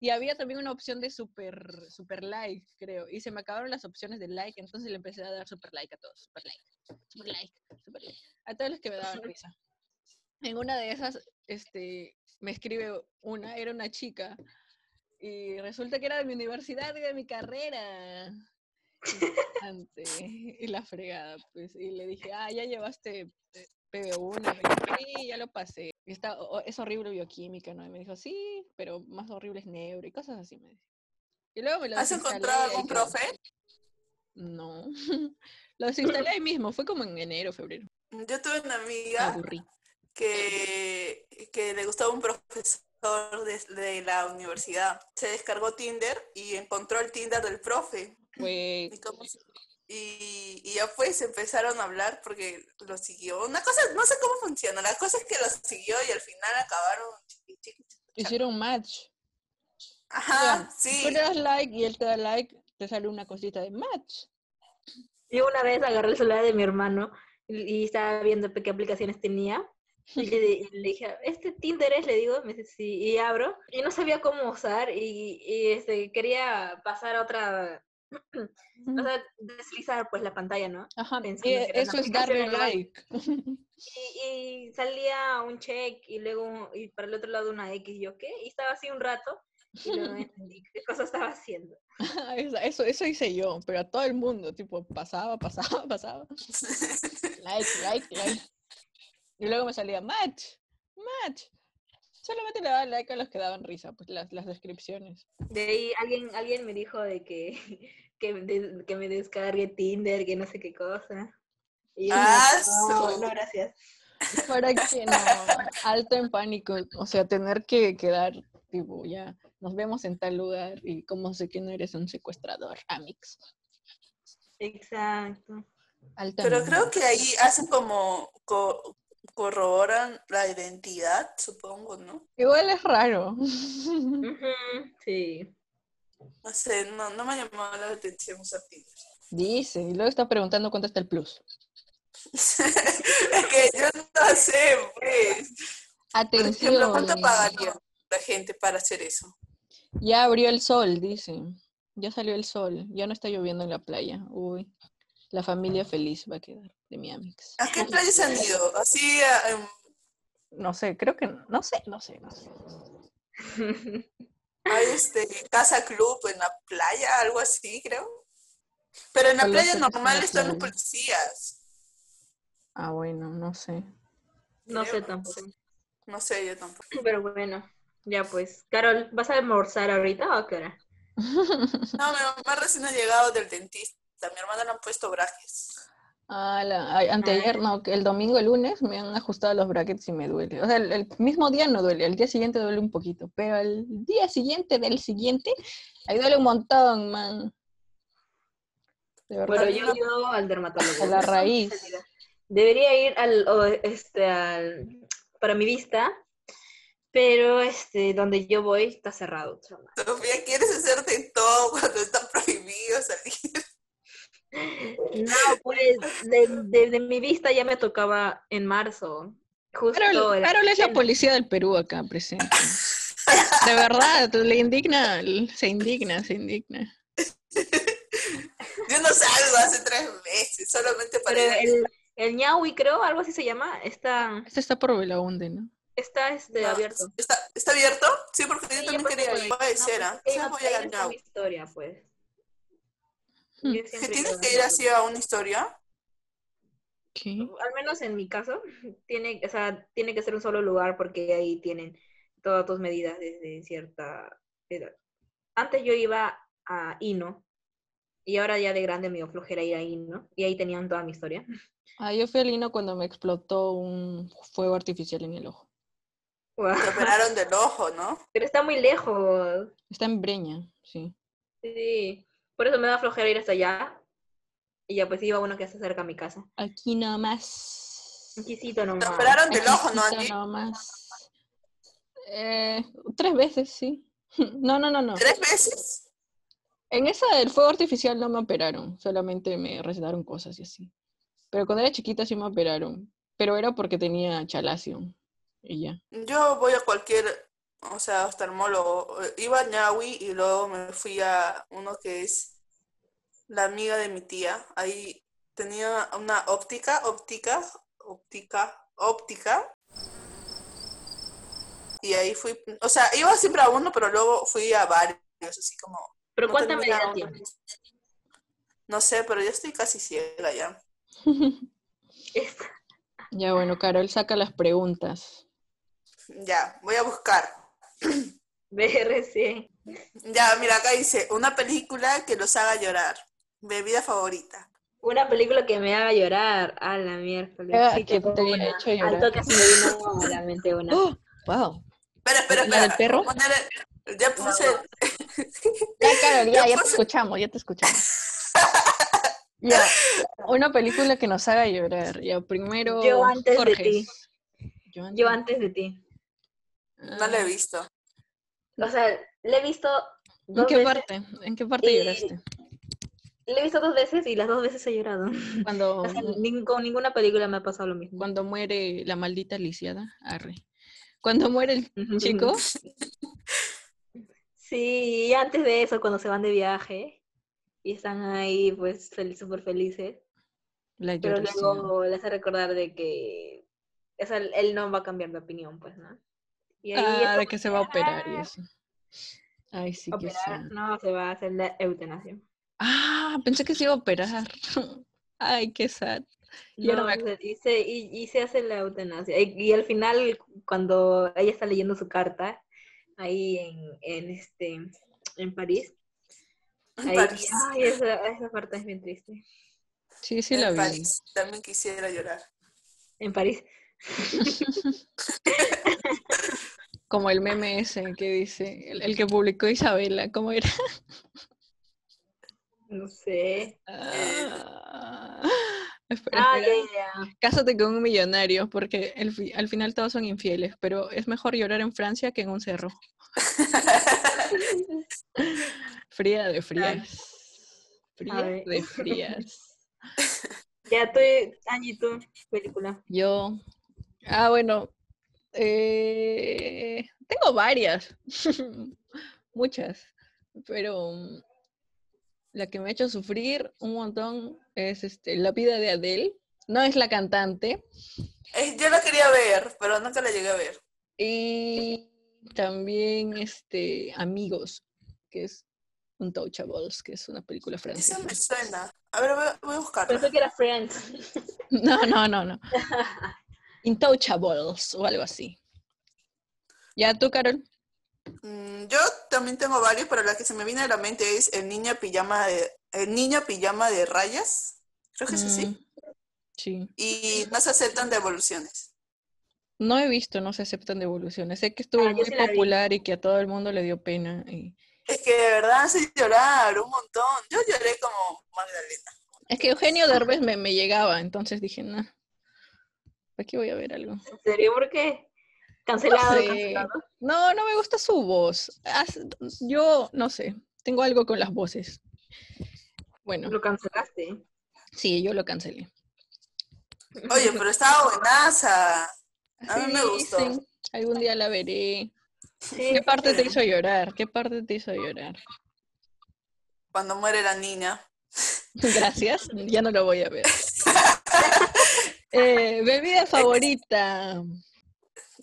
Speaker 1: Y había también una opción de super, super like, creo. Y se me acabaron las opciones de like, entonces le empecé a dar super like a todos. Super like, super like, super like. A todos los que me daban risa. En una de esas, este, me escribe una, era una chica. Y resulta que era de mi universidad y de mi carrera.
Speaker 3: [laughs]
Speaker 1: Ante, y la fregada, pues. Y le dije, ah, ya llevaste eh, PB1. Me dijo, sí, ya lo pasé. Y está, o- es horrible bioquímica, ¿no? Y me dijo, sí, pero más horrible es neuro y cosas así, me dijo. Y luego me lo
Speaker 3: ¿Has
Speaker 1: desinstalé
Speaker 3: encontrado
Speaker 1: y ahí
Speaker 3: algún
Speaker 1: quedó.
Speaker 3: profe?
Speaker 1: No. [laughs] lo desinstalé ahí mismo, fue como en enero, febrero.
Speaker 3: Yo tuve una
Speaker 1: Me
Speaker 3: amiga
Speaker 1: aburrí.
Speaker 3: que, que le gustaba un profesor de, de la universidad. Se descargó Tinder y encontró el Tinder del profe. [laughs]
Speaker 1: Fue
Speaker 3: Y, cómo se- y- y ya pues empezaron a hablar porque lo siguió. Una cosa, no sé cómo funciona, la cosa es que lo siguió y al final acabaron chiqui, chiqui, chiqui.
Speaker 1: Hicieron match.
Speaker 3: Ajá,
Speaker 1: Tú
Speaker 3: sí.
Speaker 1: le das like y él te da like, te sale una cosita de match.
Speaker 4: Yo una vez agarré el celular de mi hermano y y estaba viendo pe- qué aplicaciones tenía. Y le, y le dije, ¿este Tinder es? Le digo, me dice, sí, y abro. Y no sabía cómo usar y, y, este, quería pasar a otra, o sea, deslizar pues la pantalla, ¿no?
Speaker 1: Ajá,
Speaker 4: pensando
Speaker 1: y
Speaker 4: que era una
Speaker 1: eso es darle
Speaker 4: aplicación de
Speaker 1: like. [laughs]
Speaker 4: Y, y salía un check y luego un- y para el otro lado una X, y yo, ¿qué? Y estaba así un rato y luego no entendí qué cosa estaba haciendo.
Speaker 1: Esa- Eso, eso hice yo, pero a todo el mundo, tipo, pasaba, [laughs] pasaba, pasaba. Like, like, like. Y luego me salía, match, match. Solamente le daba like a los que daban risa, pues las, las descripciones.
Speaker 4: De ahí alguien, alguien me dijo de que, [laughs] que, me des- que me descargue Tinder, que no sé qué cosa. Y yo,
Speaker 3: Ah,
Speaker 4: no,
Speaker 3: su-
Speaker 4: no, gracias.
Speaker 1: Para que no, alto en pánico, o sea, tener que quedar, tipo, ya, nos vemos en tal lugar y como sé que no eres un secuestrador, Amix.
Speaker 4: Exacto.
Speaker 1: Alto en
Speaker 3: Pero creo
Speaker 1: pánico.
Speaker 3: que ahí hacen como co- corroboran la identidad, supongo, ¿no?
Speaker 1: Igual es raro. [laughs]
Speaker 4: Ujú, Sí.
Speaker 3: No sé, no, no me ha llamado la atención usar Tinder.
Speaker 1: Dice, y luego está preguntando cuánto está el plus.
Speaker 3: [laughs] es que yo no sé, pues. Por ejemplo,
Speaker 1: Atención.
Speaker 3: ¿cuánto pagaría la gente para hacer eso?
Speaker 1: Ya abrió el sol, dice. Ya salió el sol. Ya no está lloviendo en la playa. Uy. La familia feliz va a quedar de mi amix.
Speaker 3: ¿A qué playas han ido? Así, a- em,
Speaker 1: No sé, creo que no sé, no sé, no sé.
Speaker 3: hay este casa club en la playa, algo así, creo. Pero en la
Speaker 1: Solo
Speaker 3: playa
Speaker 1: sé que es en la
Speaker 3: normal están los
Speaker 1: playa.
Speaker 3: policías.
Speaker 1: Ah, bueno, no sé.
Speaker 4: [laughs] No sé
Speaker 3: Creo.
Speaker 4: tampoco.
Speaker 3: No sé, yo tampoco.
Speaker 4: Pero bueno, ya pues. Carol, ¿vas a almorzar ahorita o a qué hora?
Speaker 3: No, mi mamá recién ha llegado del dentista. A mi hermana le han puesto brajes.
Speaker 1: Ah, la- ay, anteayer, no, que el domingo, el lunes, me han ajustado los brackets y me duele. O sea, el, el mismo día no duele, el día siguiente duele un poquito, pero el día siguiente del siguiente, ahí duele un montón, man. De verdad.
Speaker 4: Bueno, yo he ido al dermatólogo. [laughs]
Speaker 1: A la raíz.
Speaker 4: Debería ir al, o, este, al, para mi vista, pero este, donde yo voy está cerrado. chama.
Speaker 3: Sofía, ¿quieres hacerte todo cuando está prohibido salir? [laughs]
Speaker 4: No, pues desde mi vista ya me tocaba en marzo. Justo
Speaker 1: Carol,
Speaker 4: el-
Speaker 1: Carol es la policía del Perú acá presente. De verdad, le indigna, se indigna, se indigna.
Speaker 3: Yo no salgo hace tres meses, solamente para
Speaker 4: Pero
Speaker 3: ir a-
Speaker 4: el, el ñawi, creo, algo así se llama, está,
Speaker 1: Este está por Belaunde, ¿no?
Speaker 4: está este,
Speaker 3: No,
Speaker 4: abierto.
Speaker 3: ¿Está, está abierto? Sí, porque yo
Speaker 4: Sí,
Speaker 3: también
Speaker 4: porque,
Speaker 3: quería ir. Voy a
Speaker 4: no,
Speaker 3: decir, ¿ah?
Speaker 4: porque
Speaker 3: Quizás
Speaker 4: iba-
Speaker 3: voy a
Speaker 4: ahí está
Speaker 3: Ñau.
Speaker 4: mi historia, pues.
Speaker 1: Hmm.
Speaker 4: Yo
Speaker 3: ¿Que
Speaker 4: siempre
Speaker 3: ¿Tienes
Speaker 4: iba
Speaker 3: que
Speaker 4: a
Speaker 3: ir
Speaker 4: eso.
Speaker 3: así a una historia?
Speaker 1: ¿Qué?
Speaker 4: Al menos en mi caso, tiene, o sea, tiene que ser un solo lugar porque ahí tienen todas tus medidas desde cierta edad. Antes yo iba a Ino y ahora ya de grande me dio flojera ir a Ino y ahí tenían toda mi historia.
Speaker 1: Ah, yo fui al Lino cuando me explotó un fuego artificial en el ojo.
Speaker 4: Guau,
Speaker 3: Te operaron del ojo, ¿no?
Speaker 4: Pero está muy lejos.
Speaker 1: Está en Breña, sí.
Speaker 4: Sí. Por eso me da flojera ir hasta allá. Y ya pues iba uno que está cerca a mi casa.
Speaker 1: Aquí nomás.
Speaker 4: Un quisito
Speaker 3: Te
Speaker 4: nomás.
Speaker 3: operaron del ojo, ¿no,
Speaker 1: Aquí
Speaker 3: Andy?
Speaker 1: nomás. Eh, tres veces, sí. [laughs] No, no, no, no.
Speaker 3: ¿Tres veces?
Speaker 1: En esa del fuego artificial no me operaron, solamente me recetaron cosas y así. Pero cuando era chiquita sí me operaron, pero era porque tenía chalación y ya.
Speaker 3: Yo voy a cualquier, o sea, oftalmólogo. Iba a Ñawi y luego me fui a uno que es la amiga de mi tía. Ahí tenía una óptica, óptica, óptica, óptica. Y ahí fui, o sea, iba siempre a uno, pero luego fui a varios, así como
Speaker 4: Pero
Speaker 3: No
Speaker 4: ¿cuánta
Speaker 3: tenía
Speaker 4: medida
Speaker 3: un-
Speaker 4: tienes?
Speaker 3: No sé, pero yo estoy casi ciega ya.
Speaker 4: Esta. [laughs]
Speaker 1: ya bueno, Carol saca las preguntas.
Speaker 3: Ya, voy a buscar.
Speaker 4: BRC.
Speaker 3: Ya, mira, acá dice, una película que los haga llorar. Bebida favorita.
Speaker 4: Una película que me haga llorar. A la miércoles.
Speaker 1: Ah,
Speaker 4: Sí,
Speaker 1: que
Speaker 4: tengo
Speaker 1: te haya
Speaker 4: una.
Speaker 1: hecho llorar.
Speaker 4: Al toque se me vino a la mente una.
Speaker 1: ¡Oh! ¡Wow!
Speaker 3: Espera, espera,
Speaker 1: ¿La
Speaker 3: espera.
Speaker 1: del perro?
Speaker 3: Voy a poner el- Ya puse...
Speaker 1: Ya, Carol, ya, ya te escuchamos, ya te escuchamos. ya, una película que nos haga llorar. Ya, primero.
Speaker 4: Yo antes de
Speaker 1: Jorges.
Speaker 4: ti.
Speaker 1: Yo antes, Ah,
Speaker 4: Yo antes de ti.
Speaker 3: No la he visto.
Speaker 4: O sea, le he visto dos
Speaker 1: ¿En qué
Speaker 4: veces. Eh,
Speaker 1: parte? ¿En qué parte
Speaker 4: Y-
Speaker 1: lloraste?
Speaker 4: Le he visto dos veces y las dos veces he llorado. [laughs]
Speaker 1: Cuando,
Speaker 4: O sea, nin- con ninguna película me ha pasado lo mismo.
Speaker 1: cuando muere la maldita lisiada. Arre. Cuando muere el
Speaker 4: Mm.
Speaker 1: chico.
Speaker 4: Sí, y antes de eso, cuando se van de viaje y están ahí, pues, fel- súper felices.
Speaker 1: La
Speaker 4: Pero
Speaker 1: lloración.
Speaker 4: luego les hace recordar de que o sea, él no va a cambiar de opinión, pues, ¿no? Y ahí es
Speaker 1: Ah, de
Speaker 4: como
Speaker 1: que se va a operar y
Speaker 4: "Ah,
Speaker 1: eso. Ay, sí que
Speaker 4: operar,
Speaker 1: sí.
Speaker 4: no, se va a hacer la eutanasia.
Speaker 1: Ah, pensé que se iba a operar. [laughs] Ay, qué sad. Y ahora
Speaker 4: No,
Speaker 1: me
Speaker 4: o sea, y, se, y, y se hace la eutanasia. Y, y al final, cuando ella está leyendo su carta, ahí en, en, este, en París,
Speaker 3: En
Speaker 4: ahí-
Speaker 3: París.
Speaker 4: ay, esa, esa parte es bien triste.
Speaker 1: Sí, sí
Speaker 3: En
Speaker 1: la vi.
Speaker 3: París. También quisiera llorar.
Speaker 4: En París.
Speaker 1: Como el meme ese que dice, el, el que publicó Isabela, ¿cómo era? [laughs]
Speaker 4: No sé.
Speaker 1: Ah, espera,
Speaker 4: Ah,
Speaker 1: espera.
Speaker 4: ya, ya, ya.
Speaker 1: Cásate con un millonario, porque el fi- al final todos son infieles, pero es mejor llorar en Francia que en un
Speaker 4: [laughs]
Speaker 1: cerro. [laughs] Fría de frías. Fría
Speaker 4: ver. [laughs]
Speaker 1: de frías.
Speaker 4: Ya, tú, Angie, tú, película.
Speaker 1: Yo. Ah, bueno. eh, tengo varias. [laughs] Muchas. Pero mm, la que me ha hecho sufrir un montón es este, La vida de Adele. No es la cantante.
Speaker 3: Eh, yo la quería ver, pero nunca la llegué a ver.
Speaker 1: Y también este, Amigos, que es Untouchables, que es una película
Speaker 3: Esa
Speaker 1: francesa.
Speaker 3: me suena. A ver, voy a, voy a buscarla.
Speaker 4: Pensé que era Friends.
Speaker 1: [laughs] No, no, no, no. Intouchables o algo así. ¿Ya tú, Carol?
Speaker 3: Mm, Yo también tengo varios, pero la que se me viene a la mente es el niño pijama de, el niño pijama de rayas. Creo que es así.
Speaker 1: Mm, Sí.
Speaker 3: Y no se aceptan devoluciones.
Speaker 1: No he visto, no se aceptan devoluciones. Sé que estuvo
Speaker 4: Ah, yo
Speaker 1: muy
Speaker 4: sí la vi.
Speaker 1: popular y que a todo el mundo le dio pena. y-
Speaker 3: Es que de verdad hace llorar un montón. Yo lloré como Magdalena.
Speaker 1: Es que Eugenio Derbez me, me llegaba, entonces dije, no, aquí voy a ver algo.
Speaker 4: [laughs] ¿En serio? ¿Por qué? Cancelado,
Speaker 1: sé.
Speaker 4: cancelado.
Speaker 1: No, no me gusta su voz. Haz- Yo, no sé, tengo algo con las voces. Bueno,
Speaker 4: Lo cancelaste.
Speaker 1: sí, yo lo cancelé. [laughs]
Speaker 3: Oye, pero estaba buenaza. A mí me
Speaker 1: Así
Speaker 3: gustó.
Speaker 1: dicen, algún día la veré.
Speaker 4: Sí,
Speaker 1: ¿Qué parte te
Speaker 3: sí.
Speaker 1: hizo llorar? ¿Qué parte te hizo llorar?
Speaker 3: Cuando muere la niña.
Speaker 1: Gracias, ya no lo voy a ver. Eh, bebida favorita.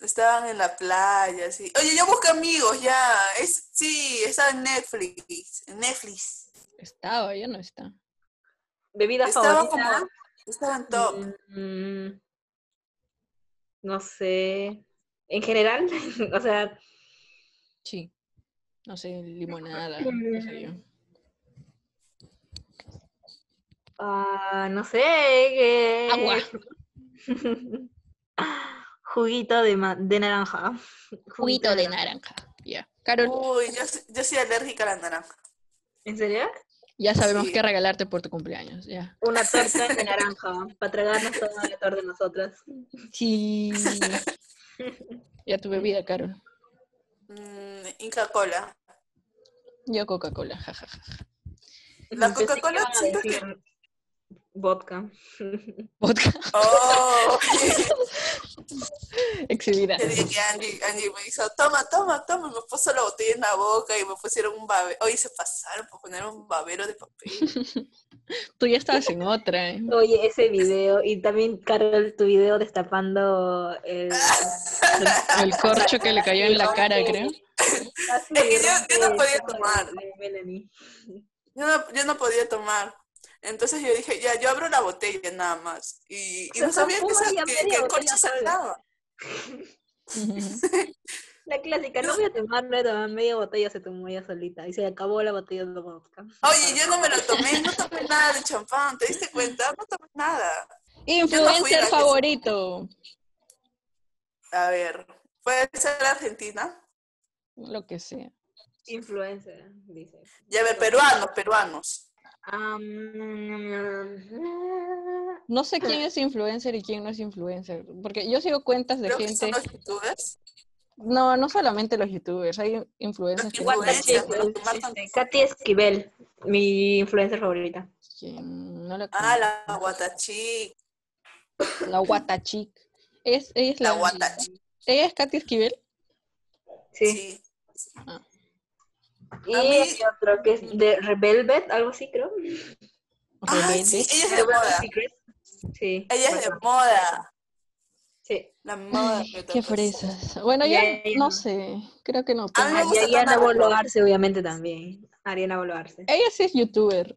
Speaker 3: Estaban en la playa, sí. Oye, yo busqué amigos ya. Es, sí, estaba en Netflix. En Netflix.
Speaker 1: Estaba, ya no está.
Speaker 4: Bebida
Speaker 3: Estaba
Speaker 4: favorita.
Speaker 3: como. Estaba en top.
Speaker 4: Mm, no sé. En general, [laughs] o sea,
Speaker 1: Sí. No sé, limonada, no sé yo.
Speaker 4: ah, no sé. eh,
Speaker 1: Agua.
Speaker 4: [laughs] Juguito de, ma- de naranja. [laughs]
Speaker 2: Juguito de naranja.
Speaker 1: Ya. Carol,
Speaker 3: Uy, yo, yo soy alérgica a la naranja.
Speaker 4: ¿En serio?
Speaker 1: ya sabemos
Speaker 3: sí.
Speaker 1: qué regalarte por tu cumpleaños. Ya.
Speaker 4: Una torta de naranja para tragarnos toda la torta de nosotras.
Speaker 1: Sí. [laughs] Ya tu bebida, Carol.
Speaker 3: Mm, Inca Cola.
Speaker 1: Yo Coca-Cola, jajaja.
Speaker 3: La
Speaker 4: Pensé que
Speaker 3: Coca-Cola
Speaker 4: iban a
Speaker 3: siento que-
Speaker 4: decir Vodka.
Speaker 1: Vodka, [laughs]
Speaker 3: Oh, [laughs]
Speaker 1: exhibida.
Speaker 3: el día que Angie, Angie me dijo, toma, toma, toma, y me puso la botella en la boca y me pusieron un babero. Oye, se pasaron por poner un babero de papel.
Speaker 1: Tú ya estabas en otra, ¿eh?
Speaker 4: Oye, ese video. Y también, Carol, tu video destapando el.
Speaker 1: [laughs] El corcho que le cayó en la cara, creo.
Speaker 4: Casi
Speaker 3: Es que yo- yo no
Speaker 4: rompe
Speaker 3: podía
Speaker 4: el coco de-
Speaker 3: tomar.
Speaker 4: de Melanie.
Speaker 3: Yo no, yo no podía tomar. Entonces yo dije, ya, yo abro la botella nada más. Y, y
Speaker 4: sea,
Speaker 3: no sabía que,
Speaker 4: tampoco
Speaker 3: esa-
Speaker 4: había
Speaker 3: que-
Speaker 4: media
Speaker 3: que el
Speaker 4: botella
Speaker 3: corcho saltaba.
Speaker 1: Ujú.
Speaker 4: La clásica, no voy a tomar, no voy a tomar, media botella se tomó ella solita y se acabó la botella de vodka.
Speaker 3: Oye, yo no me lo tomé, no tomé nada de champán, ¿te diste cuenta? No tomé nada.
Speaker 1: Influencer
Speaker 3: la que-
Speaker 1: favorito.
Speaker 3: A ver, puede ser Argentina.
Speaker 1: Lo que sea.
Speaker 4: Influencer, dice.
Speaker 3: Ya, a ver, peruanos, peruanos.
Speaker 4: Am,
Speaker 1: No sé
Speaker 3: [clears throat]
Speaker 1: quién es influencer y quién no es influencer, porque yo sigo cuentas de
Speaker 3: Creo que
Speaker 1: gente,
Speaker 3: son los youtubers.
Speaker 1: no, no solamente los youtubers, hay influencers que
Speaker 4: What the
Speaker 3: Influencer,
Speaker 4: shit,
Speaker 1: no,
Speaker 3: pero
Speaker 4: el-
Speaker 3: que matan.
Speaker 4: este, Katy Esquivel, mi influencer favorita.
Speaker 1: que no la
Speaker 3: Ah, la guatachi.
Speaker 1: conozco. la guatachic. Es, ella es
Speaker 3: La
Speaker 1: la,
Speaker 3: guatachi.
Speaker 1: Ella es Katy Esquivel.
Speaker 4: Sí.
Speaker 3: Sí.
Speaker 4: Y
Speaker 3: A mí-
Speaker 4: hay otro que es de Rebelvet, algo así creo.
Speaker 3: Ah,
Speaker 1: rebelde.
Speaker 3: sí, ella es de moda.
Speaker 4: Secrets. Sí.
Speaker 3: Ella es de
Speaker 4: perdón.
Speaker 3: moda.
Speaker 4: Sí.
Speaker 3: La moda.
Speaker 1: Ay,
Speaker 3: que
Speaker 1: qué
Speaker 3: tocas.
Speaker 1: fresas. Bueno, ya
Speaker 4: Ya, ya
Speaker 1: no
Speaker 4: no.
Speaker 1: sé, creo que no.
Speaker 3: A mí me
Speaker 1: tengo.
Speaker 4: Y
Speaker 3: gusta
Speaker 4: Ariana
Speaker 3: tanto.
Speaker 4: Bolo Arce, obviamente también. Ariana Bolo Arce.
Speaker 1: Ella sí es youtuber.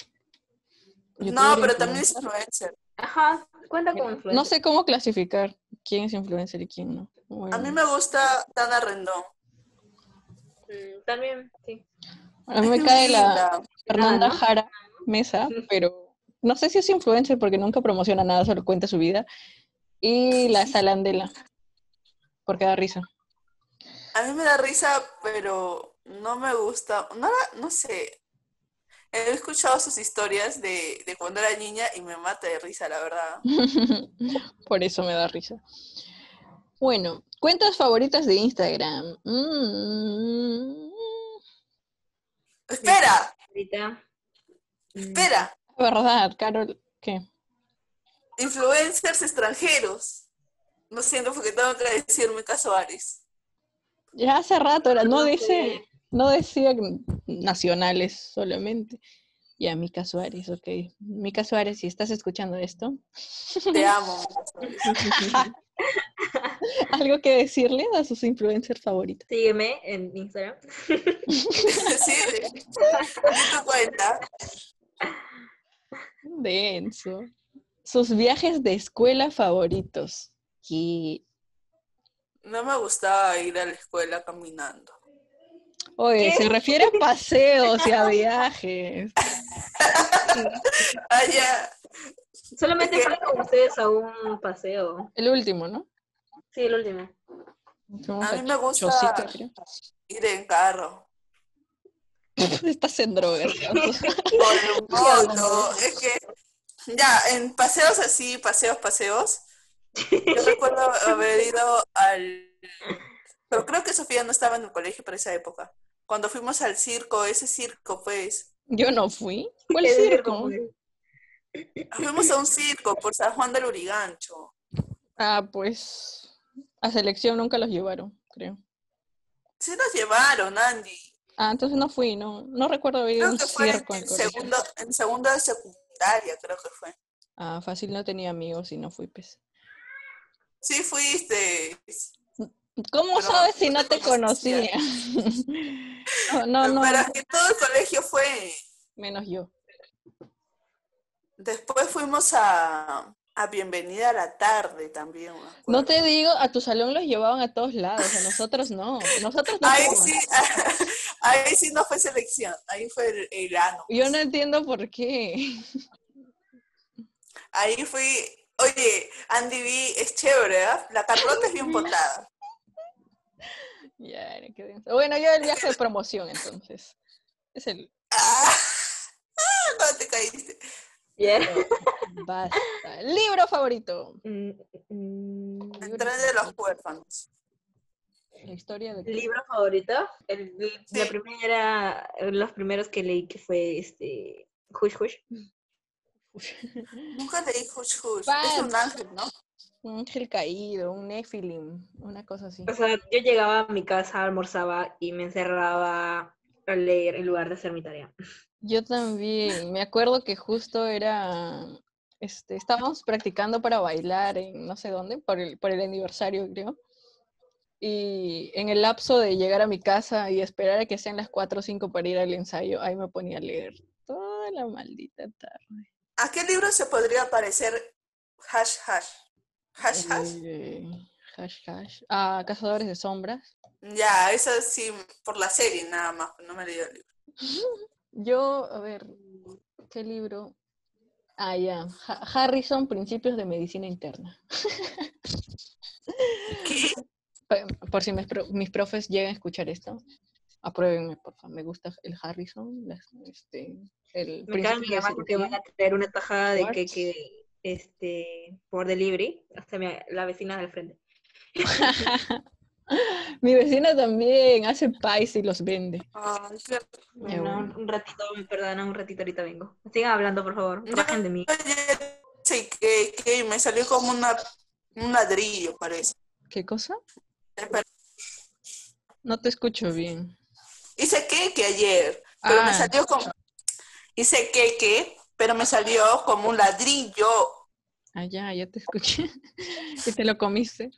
Speaker 3: No,
Speaker 1: Youtuber,
Speaker 3: pero también es
Speaker 1: influencer.
Speaker 3: influencer.
Speaker 4: Ajá, cuenta con influencer.
Speaker 1: No sé cómo clasificar quién es influencer y quién no. Bueno,
Speaker 3: A mí me gusta Dana Rendón.
Speaker 4: Mm, También, sí. Ah,
Speaker 1: a mí
Speaker 3: Es [laughs]
Speaker 1: me cae la
Speaker 3: linda.
Speaker 1: Fernanda
Speaker 4: ¿no?
Speaker 1: Jara Mesa, pero no sé si es influencer porque nunca promociona nada, solo cuenta su vida. Y la Salandela, porque da risa. [laughs]
Speaker 3: A mí me da risa, pero no me gusta. No, la- no sé. He escuchado sus historias de, de cuando era niña y me mata de risa, la verdad.
Speaker 1: Por eso me da risa. Bueno, cuentas favoritas de Instagram. Mm.
Speaker 3: Espera,
Speaker 4: Ahorita. mm,
Speaker 3: espera.
Speaker 1: verdad, Carol, ¿qué?
Speaker 3: influencers extranjeros. No siento porque tengo que decir mi caso Ares.
Speaker 1: Ya hace rato era, no
Speaker 4: no
Speaker 1: dice,
Speaker 4: sé.
Speaker 1: no decía nacionales solamente. Ya, Mica Suárez, ok. Mica Suárez, si estás escuchando esto, [laughs]
Speaker 3: Te amo. [laughs] Ares.
Speaker 1: ¿algo que decirle a sus influencers favoritos?
Speaker 4: [laughs] Sígueme en Instagram.
Speaker 3: Sí, de- de tu cuenta.
Speaker 1: Denso. Sus viajes de escuela favoritos. Y,
Speaker 3: No me gustaba ir a la escuela caminando.
Speaker 1: oye,
Speaker 4: ¿Qué?
Speaker 1: se refiere a paseos y
Speaker 3: [laughs]
Speaker 1: a viajes.
Speaker 3: Ah, ya.
Speaker 4: Solamente fue con ustedes a un paseo.
Speaker 1: El último, ¿no?
Speaker 4: Sí, el último.
Speaker 1: Fuimos
Speaker 3: A mí me gusta
Speaker 1: Chocita, creo.
Speaker 3: ir en carro.
Speaker 1: [laughs] Estás en
Speaker 3: [laughs]
Speaker 1: drogas. Carlos.
Speaker 3: Con moto. Es que, ya, en paseos así, paseos, paseos. Yo recuerdo haber ido al. Pero creo que Sofía no estaba en el colegio para esa época. Cuando fuimos al circo, ese circo, pues.
Speaker 1: Yo no fui. ¿Cuál
Speaker 4: Es
Speaker 1: circo?
Speaker 4: como-
Speaker 3: Fuimos a un circo por San Juan del Urigancho.
Speaker 1: Ah, pues a selección nunca los llevaron, creo.
Speaker 3: Sí nos llevaron, Andy.
Speaker 1: Ah, entonces no fui, no, no recuerdo haber ido a
Speaker 3: Creo
Speaker 1: un
Speaker 3: que fue
Speaker 1: circo en
Speaker 3: en
Speaker 1: el colegio.
Speaker 3: segundo, en segunda de secu- secundaria, creo que fue.
Speaker 1: Ah, fácil no tenía amigos y no fui, pues.
Speaker 3: Sí fuiste.
Speaker 1: ¿Cómo
Speaker 3: Pero
Speaker 1: sabes si
Speaker 3: no
Speaker 1: no
Speaker 3: te
Speaker 1: te conocía?
Speaker 3: [laughs]
Speaker 1: No, no, no,
Speaker 3: Para que todo el colegio fue.
Speaker 1: menos yo.
Speaker 3: Después fuimos a, a Bienvenida a la Tarde también. me acuerdo.
Speaker 1: No te digo, a tu salón los llevaban a todos lados, a nosotros no. Nosotros no.
Speaker 3: Ahí
Speaker 1: fuimos.
Speaker 3: sí, [laughs] ahí sí no fue selección, ahí fue el, el ano.
Speaker 1: Yo no entiendo por qué. [laughs]
Speaker 3: Ahí fui, oye, Andy B es chévere, ¿ah? La carlota es bien botada.
Speaker 1: Ya, era que denso. Bueno, yo el viaje de promoción entonces. Es el
Speaker 3: [laughs] Ah, no te caíste.
Speaker 1: basta. Libro favorito.
Speaker 4: Mm, mm,
Speaker 3: Entrar de los huérfanos.
Speaker 1: La historia de
Speaker 4: ¿Libro favorito? El- el- La
Speaker 3: Sí.
Speaker 4: primera, los primeros que leí que fue este, Hush Hush.
Speaker 3: Nunca leí Hush Hush. Es
Speaker 1: Paz.
Speaker 3: un ángel, ¿no?
Speaker 1: un ángel caído, un nefilim, una cosa así.
Speaker 4: O sea, yo llegaba a mi casa, almorzaba y me encerraba a leer en lugar de hacer mi tarea.
Speaker 1: Yo también, me acuerdo que justo era, este, estábamos practicando para bailar en no sé dónde, por el, por el aniversario creo. Y en el lapso de llegar a mi casa y esperar a que sean las 4 o 5 para ir al ensayo, ahí me ponía a leer toda la maldita tarde.
Speaker 3: ¿A qué libro se podría parecer Hash Hash? Hash Hash.
Speaker 1: Eh, hash, hash. Ah, Cazadores de Sombras.
Speaker 3: Ya, eso sí, por la serie nada más, no me leí el libro.
Speaker 1: Yo, a ver, ¿qué libro? Ah, ya. Ha- Harrison, Principios de Medicina Interna.
Speaker 3: ¿Qué?
Speaker 1: Pa- Por si mis, pro- mis profes llegan a escuchar esto, apruébenme, por favor. Me gusta el Harrison, las- este, el
Speaker 4: Me cae mi
Speaker 1: Principios
Speaker 4: mamá
Speaker 1: de
Speaker 4: que van
Speaker 1: Cirugía.
Speaker 4: a traer una tajada de que,
Speaker 1: What?
Speaker 4: que este, por delivery, hasta mi- la vecina del frente.
Speaker 1: Mi vecina también hace pais y los vende.
Speaker 3: Ay, qué
Speaker 1: Ya,
Speaker 4: Bueno,
Speaker 1: bueno.
Speaker 4: un ratito, me perdonan, un ratito ahorita vengo. Sigan hablando, por favor.
Speaker 3: No.
Speaker 4: Rajen de mí.
Speaker 3: Oye, sí, que, que me salió como una, un ladrillo, parece.
Speaker 1: ¿Qué cosa?
Speaker 3: Pero
Speaker 1: No te escucho bien.
Speaker 3: hice que, que ayer, pero
Speaker 1: Ah.
Speaker 3: me salió como... Hice que, que, pero me salió como un ladrillo.
Speaker 1: Ah, ya, ya te escuché. [laughs] ¿Y te lo comiste?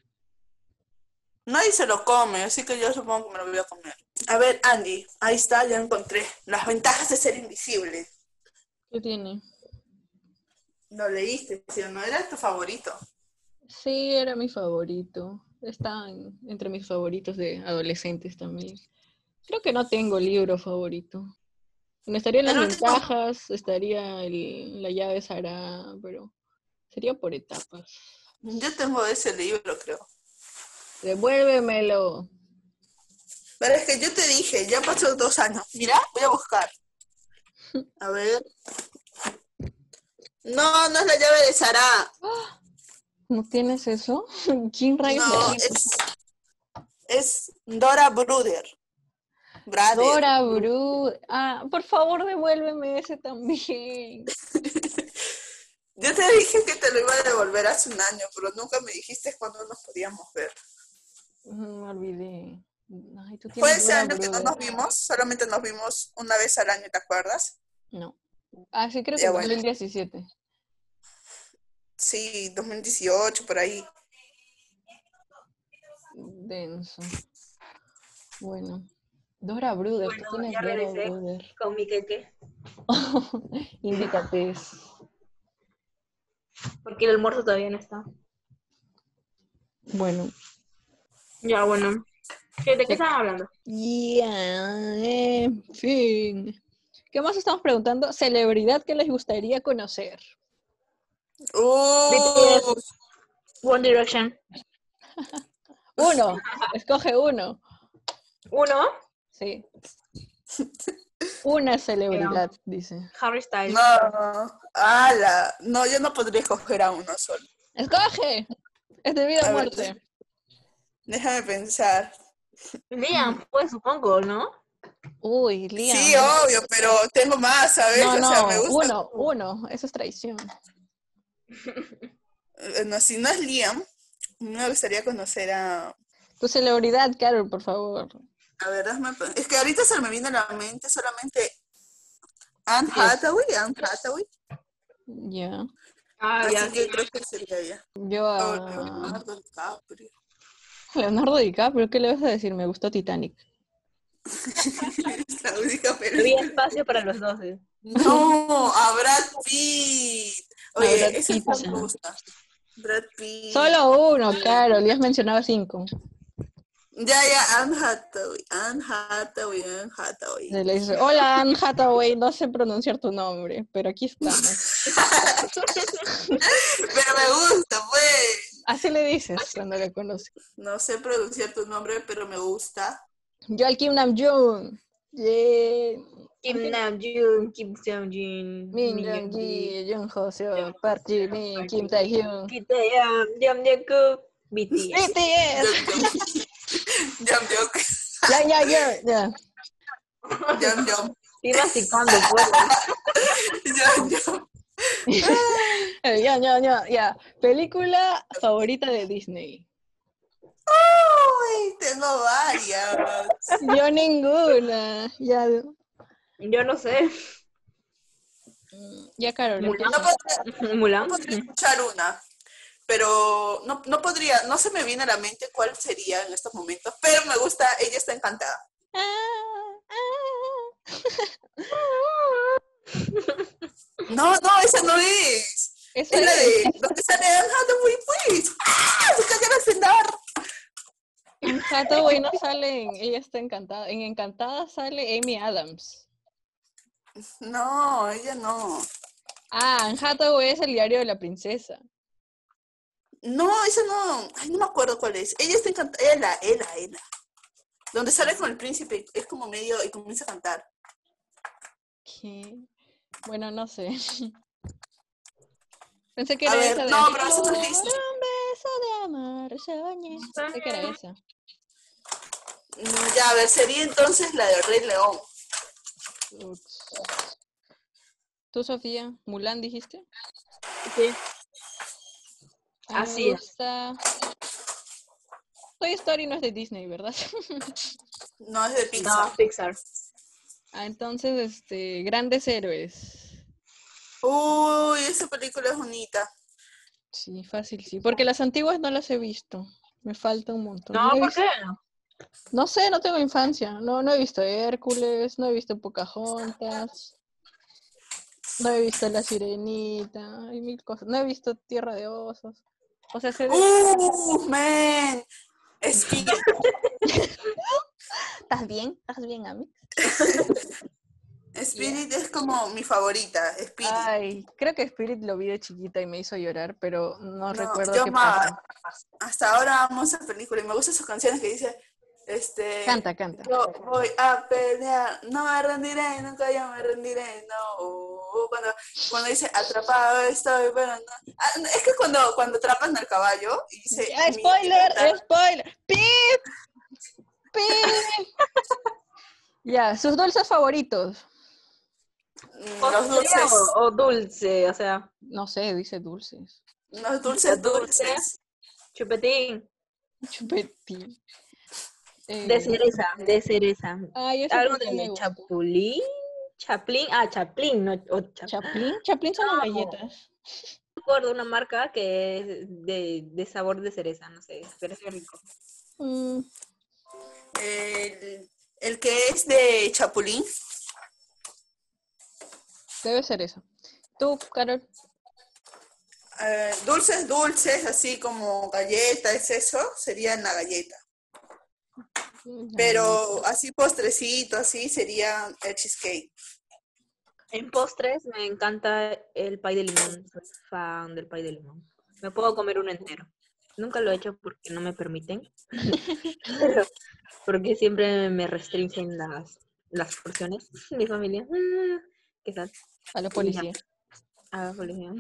Speaker 3: Nadie se lo come, así que yo supongo que me lo voy a comer. A ver, Andy, ahí está, ya encontré. Las ventajas de ser invisible.
Speaker 1: ¿Qué tiene?
Speaker 3: Lo leíste, ¿sí o no? Era tu favorito.
Speaker 1: Sí, era mi favorito. Está en- entre mis favoritos de adolescentes también. Creo que no tengo libro favorito. Bueno, estarían las
Speaker 3: El último.
Speaker 1: ventajas, estaría el- la llave Sara, pero sería por etapas.
Speaker 3: Yo tengo ese libro, creo.
Speaker 1: Devuélvemelo.
Speaker 3: Pero es que yo te dije, ya pasó dos años. Mira, voy a buscar. A ver. No, no es la llave de Sara.
Speaker 1: ¿No tienes eso? [laughs] ¿Quién rayos
Speaker 3: No,
Speaker 1: le dijo?
Speaker 3: es, este es Dora Bruder. Brader.
Speaker 1: Dora Bru. Ah, por favor, devuélveme ese también. [laughs]
Speaker 3: Yo te dije que te lo iba a devolver hace un año, pero nunca me dijiste cuándo nos podíamos ver.
Speaker 1: Mm, Me olvidé. Ay, tú
Speaker 3: Fue
Speaker 1: tienes
Speaker 3: ese
Speaker 1: Dora
Speaker 3: año que no
Speaker 1: Bru.
Speaker 3: nos vimos, solamente nos vimos una vez al año, ¿te acuerdas?
Speaker 1: No. Ah, sí, creo que
Speaker 3: Ya, bueno.
Speaker 1: 2017.
Speaker 3: Sí, 2018, por ahí.
Speaker 1: Denso. Bueno. Dora Bruder, ¿tú
Speaker 4: Bueno,
Speaker 1: tienes
Speaker 4: ya
Speaker 1: Dora
Speaker 4: regresé.
Speaker 1: Bruder?
Speaker 4: Con mi queque.
Speaker 1: Invítate.
Speaker 4: Porque el almuerzo todavía no está.
Speaker 1: Bueno.
Speaker 4: Ya, bueno. ¿Qué- ¿De qué estaban hablando?
Speaker 1: Ya, en fin. ¿Qué más estamos preguntando? Celebridad que les gustaría conocer.
Speaker 4: Oh.
Speaker 3: ¡Uh!
Speaker 4: One Direction.
Speaker 3: [laughs]
Speaker 1: Uno. Escoge uno.
Speaker 4: Uno,
Speaker 1: Sí. Una celebridad, dice.
Speaker 4: Harry Styles.
Speaker 3: No, ala, no, yo no podría escoger a uno solo.
Speaker 1: ¡Escoge! Es de vida
Speaker 3: A
Speaker 1: o
Speaker 3: ver.
Speaker 1: muerte.
Speaker 3: Déjame pensar.
Speaker 4: Liam, pues supongo, ¿no?
Speaker 1: Uy, Liam.
Speaker 3: Sí, obvio, pero tengo más, ¿sabes?
Speaker 1: No,
Speaker 3: o sea, me
Speaker 1: no,
Speaker 3: gusta.
Speaker 1: uno, uno. Eso es traición.
Speaker 3: Eh, no, si no es Liam, me gustaría conocer a.
Speaker 1: Tu celebridad, Carol, por favor.
Speaker 3: A ver, déjame pen- Es que ahorita se me viene a la mente solamente Anne
Speaker 1: Sí.
Speaker 3: Hathaway, Anne Hathaway.
Speaker 1: Ya.
Speaker 4: Ah,
Speaker 3: Así
Speaker 4: ya,
Speaker 3: que
Speaker 4: sí.
Speaker 3: creo que sería ella.
Speaker 1: Yo
Speaker 3: O
Speaker 1: a
Speaker 3: Leonardo DiCaprio. [laughs]
Speaker 1: Leonardo DiCaprio, ¿qué le vas a decir? Me gustó Titanic.
Speaker 3: Es la única
Speaker 4: Había
Speaker 1: [laughs]
Speaker 3: película.
Speaker 4: espacio para los dos. ¿eh?
Speaker 3: No, a Brad Pitt. Oye,
Speaker 1: Brad
Speaker 3: ese
Speaker 1: Pitt,
Speaker 3: fan me
Speaker 1: ajá.
Speaker 3: gusta. Brad Pitt.
Speaker 1: Solo uno, claro. Le has mencionado cinco.
Speaker 3: Ya, ya, Anne Hathaway. Anne Hathaway, Anne Hathaway.
Speaker 1: Se le dice, hola Anne Hathaway, no sé pronunciar tu nombre, pero aquí [laughs] estamos.
Speaker 3: Pero me gusta, pues.
Speaker 1: Así le dices cuando la conoces.
Speaker 3: No sé pronunciar tu nombre, pero me gusta.
Speaker 1: Yo al Kim Nam Jun. Yeah.
Speaker 4: Kim Nam Jun, Kim Seong Jin,
Speaker 1: Min Jong
Speaker 4: Ji,
Speaker 1: Ji, Jung Ho Seo, Park Ji Min, Kim Tae Hyun.
Speaker 4: Ki Taeyang, Jung Jungkook, BTS.
Speaker 1: BTS.
Speaker 3: Jump, jump, jump,
Speaker 1: Ya, ya, ya, [laughs] ya.
Speaker 3: jump, jump,
Speaker 4: Y masticando, pues.
Speaker 3: jump, jump.
Speaker 1: Eh, Ya, ya, ya, ya. Película favorita de Disney.
Speaker 3: Uy, tengo varias.
Speaker 1: Yo ninguna. Ya,
Speaker 4: Yo no sé. [laughs]
Speaker 1: mm, ya, Carol.
Speaker 4: Mulan.
Speaker 1: empieza.
Speaker 3: No podría,
Speaker 4: Mulan.
Speaker 3: no podría escuchar una, pero no, no podría, no se me viene a la mente cuál sería en estos momentos, pero me gusta, ella está encantada.
Speaker 1: Ah, ah.
Speaker 3: No, no, esa no es.
Speaker 1: Esa
Speaker 3: Es la
Speaker 1: es-
Speaker 3: de donde sale Anne Hathaway, pues. ¡Ah! ¡Su cara de cenar!
Speaker 1: En Hathaway no sale, en- ella está encantada. En Encantada sale Amy Adams.
Speaker 3: No, ella no.
Speaker 1: Ah, en Hathaway es el diario de la princesa.
Speaker 3: No, esa no. Ay, no me acuerdo cuál es. Ella está encantada. Ella, ella, ella. Donde sale con el príncipe, es como medio y comienza a cantar.
Speaker 1: ¿Qué? Bueno, no sé. [laughs] Pensé que
Speaker 3: A
Speaker 1: era
Speaker 3: ver,
Speaker 1: esa de
Speaker 3: no, pero eso no
Speaker 1: "Por
Speaker 3: es Disney.
Speaker 1: un beso de amor, soñé". Pensé que era esa.
Speaker 3: Mm, Ya, a ver, sería entonces la del Rey León.
Speaker 1: Ups. ¿Tú, Sofía? ¿Mulan dijiste?
Speaker 4: Sí.
Speaker 1: A mí me
Speaker 4: Así es.
Speaker 1: gusta- Toy Story no es de Disney, ¿verdad? [laughs]
Speaker 3: No es de Pixar.
Speaker 4: No, Pixar.
Speaker 1: ah, entonces, este, Grandes Héroes.
Speaker 3: Uy, esa película es bonita.
Speaker 1: Sí, fácil, sí. Porque las antiguas no las he visto. Me falta un montón.
Speaker 4: No,
Speaker 1: he
Speaker 4: ¿por
Speaker 1: visto-
Speaker 4: qué?
Speaker 1: No sé, no tengo infancia. No, no he visto Hércules, no he visto Pocahontas, no he visto La Sirenita, hay mil cosas. No he visto Tierra de Osos. O sea, sé de-
Speaker 3: Uh, man. Es que
Speaker 1: [laughs]
Speaker 2: ¿Estás bien? ¿Estás bien, Ami?
Speaker 3: Spirit es como mi favorita. Spirit.
Speaker 1: Ay, creo que Spirit lo vi de chiquita y me hizo llorar, pero no,
Speaker 3: No,
Speaker 1: recuerdo
Speaker 3: yo
Speaker 1: qué
Speaker 3: amaba.
Speaker 1: pasó.
Speaker 3: Hasta ahora amo esa película y me gustan sus canciones que dice este
Speaker 1: Canta, canta.
Speaker 3: yo voy a pelear, no me rendiré, nunca yo me rendiré, no. Cuando, cuando dice atrapado estoy, pero no. Ah, no, es que cuando, cuando atrapan al caballo y dice
Speaker 1: Ya,
Speaker 3: "Mi
Speaker 1: spoiler,
Speaker 3: libertad",
Speaker 1: spoiler. ¡Pip! ¡Pip! ya, sus dulces favoritos.
Speaker 3: mm, los
Speaker 4: ¿Postre
Speaker 3: dulces,
Speaker 4: o, o dulce? O sea,
Speaker 1: No sé, dice dulces.
Speaker 3: los dulces dulces.
Speaker 4: chupetín.
Speaker 1: Chupetín. Eh,
Speaker 4: De cereza, de cereza.
Speaker 1: Ay, eso
Speaker 4: Algo
Speaker 1: también me
Speaker 4: de
Speaker 1: gusta.
Speaker 4: chapulín. Chaplin, ah, chaplín, no, o chap-
Speaker 1: Chaplin. Chaplin son las
Speaker 4: No.
Speaker 1: galletas.
Speaker 4: me acuerdo una marca que es de, de sabor de cereza, no sé, pero es rico.
Speaker 1: Mm,
Speaker 3: El, el que es de Chapulín,
Speaker 1: debe ser eso. Tú, Carol.
Speaker 3: eh, dulces dulces, así como galleta, es eso, sería en la galleta. Pero así postrecito, así sería el cheesecake.
Speaker 4: En postres me encanta el pay de limón, soy fan del pay de limón. Me puedo comer uno entero. Nunca lo he hecho porque no me permiten, pero porque siempre me restringen las, las porciones. Mi familia, ah, ¿qué tal?
Speaker 1: A la policía.
Speaker 4: Ah, policía.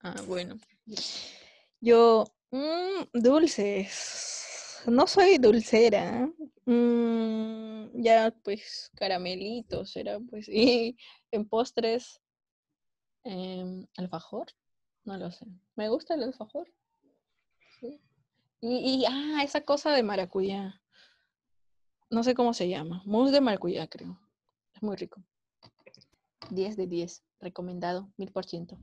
Speaker 1: Ah, bueno. Yo, mm, dulces. No soy dulcera. Mm, ya, pues, caramelitos, era pues. [laughs] Y en postres, em, alfajor. No lo sé. Me gusta el alfajor. Sí. Y, y, ah, esa cosa de maracuyá. No sé cómo se llama. Mousse de maracuyá, creo. Es muy rico. 10 de 10, recomendado, 1000%.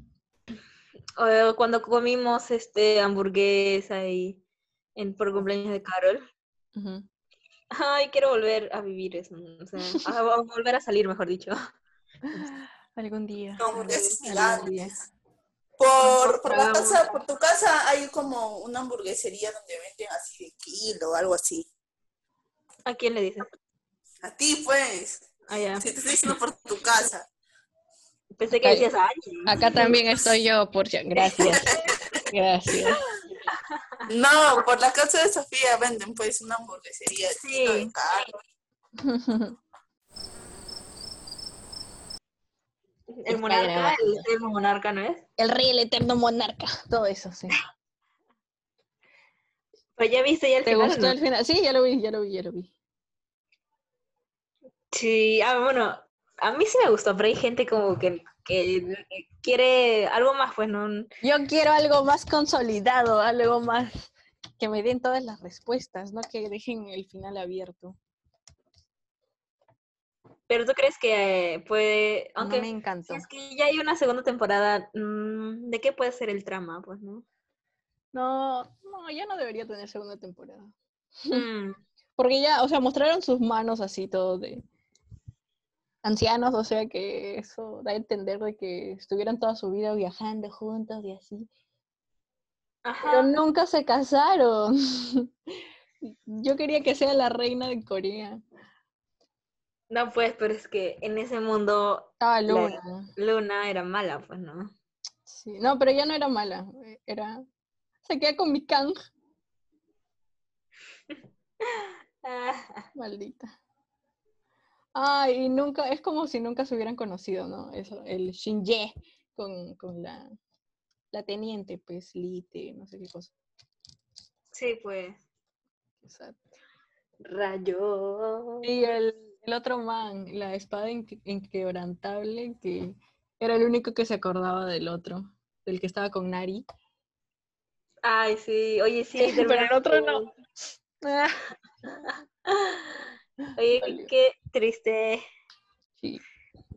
Speaker 4: O Cuando comimos este hamburguesa y en, por cumpleaños de Carol.
Speaker 1: Ujú.
Speaker 4: Ay, quiero volver a vivir eso. O sea, a, a volver a salir, mejor dicho. [laughs]
Speaker 1: Algún día.
Speaker 3: Con
Speaker 1: algún-
Speaker 3: hamburguesas
Speaker 1: algún
Speaker 3: gigantes.
Speaker 1: día.
Speaker 4: Mejor
Speaker 3: Por, por, la
Speaker 4: hagamos-
Speaker 3: casa, por tu casa hay como una hamburguesería donde venden así de kilo o algo así.
Speaker 4: ¿A quién le dices?
Speaker 3: A ti, pues.
Speaker 4: Ah, ya.
Speaker 3: Si te estoy diciendo por tu casa.
Speaker 4: Pensé que
Speaker 1: Ay.
Speaker 4: decías a alguien.
Speaker 1: Acá también estoy yo, por si- Gracias. [laughs] Gracias.
Speaker 3: No, por la casa de Sofía venden pues una hamburguesería de
Speaker 4: Sí.
Speaker 3: kilo de carne.
Speaker 4: El
Speaker 1: Está
Speaker 4: monarca,
Speaker 1: grabando.
Speaker 4: el, el monarca, ¿no es?
Speaker 2: El rey, el eterno monarca.
Speaker 1: Todo eso, sí.
Speaker 4: Pero Pues ya viste ya el
Speaker 1: ¿Te
Speaker 4: final.
Speaker 1: gustó
Speaker 4: ¿no?
Speaker 1: el final? Sí, ya lo vi, ya lo vi, ya lo vi.
Speaker 4: Sí, ah, bueno, a mí sí me gustó, pero hay gente como que, que quiere algo más, pues no.
Speaker 1: Yo quiero algo más consolidado, algo más que me den todas las respuestas, no que dejen el final abierto.
Speaker 4: Pero tú crees que eh, puede,
Speaker 1: No
Speaker 4: aunque
Speaker 1: me encantó.
Speaker 4: si es que ya hay una segunda temporada, mm, ¿de qué puede ser el trama, pues
Speaker 1: [laughs]
Speaker 4: no?
Speaker 1: No, no, ya no debería tener segunda temporada.
Speaker 4: Mm,
Speaker 1: Porque ya, o sea, mostraron sus manos así todo de ancianos, o sea que eso da a entender de que estuvieron toda su vida viajando juntos y así. Pero
Speaker 4: Ajá.
Speaker 1: nunca se casaron. [laughs] Yo quería que sea la reina de Corea.
Speaker 4: No, pues, pero es que en ese mundo
Speaker 1: Estaba
Speaker 4: La-
Speaker 1: Luna.
Speaker 4: Luna era mala, pues no.
Speaker 1: Sí. No, pero ya no era mala. eh, Era. Se queda con mi Kang,
Speaker 4: Ah,
Speaker 1: maldita. Ay, y nunca, es como si nunca se hubieran conocido, ¿no? Eso, el Shinje con, con la, la teniente, pues, Lite, no sé qué cosa.
Speaker 4: sí, pues.
Speaker 1: o sea,
Speaker 4: Rayo.
Speaker 1: Y el, el otro man, la espada inque- inquebrantable, que era el único que se acordaba del otro, del que estaba con Nari.
Speaker 4: Ay, sí. Oye, sí.
Speaker 1: [laughs] Pero el
Speaker 4: terminaron
Speaker 1: otro no.
Speaker 4: juntos. [laughs] Oye,
Speaker 1: Dolió.
Speaker 4: qué triste.
Speaker 1: Sí.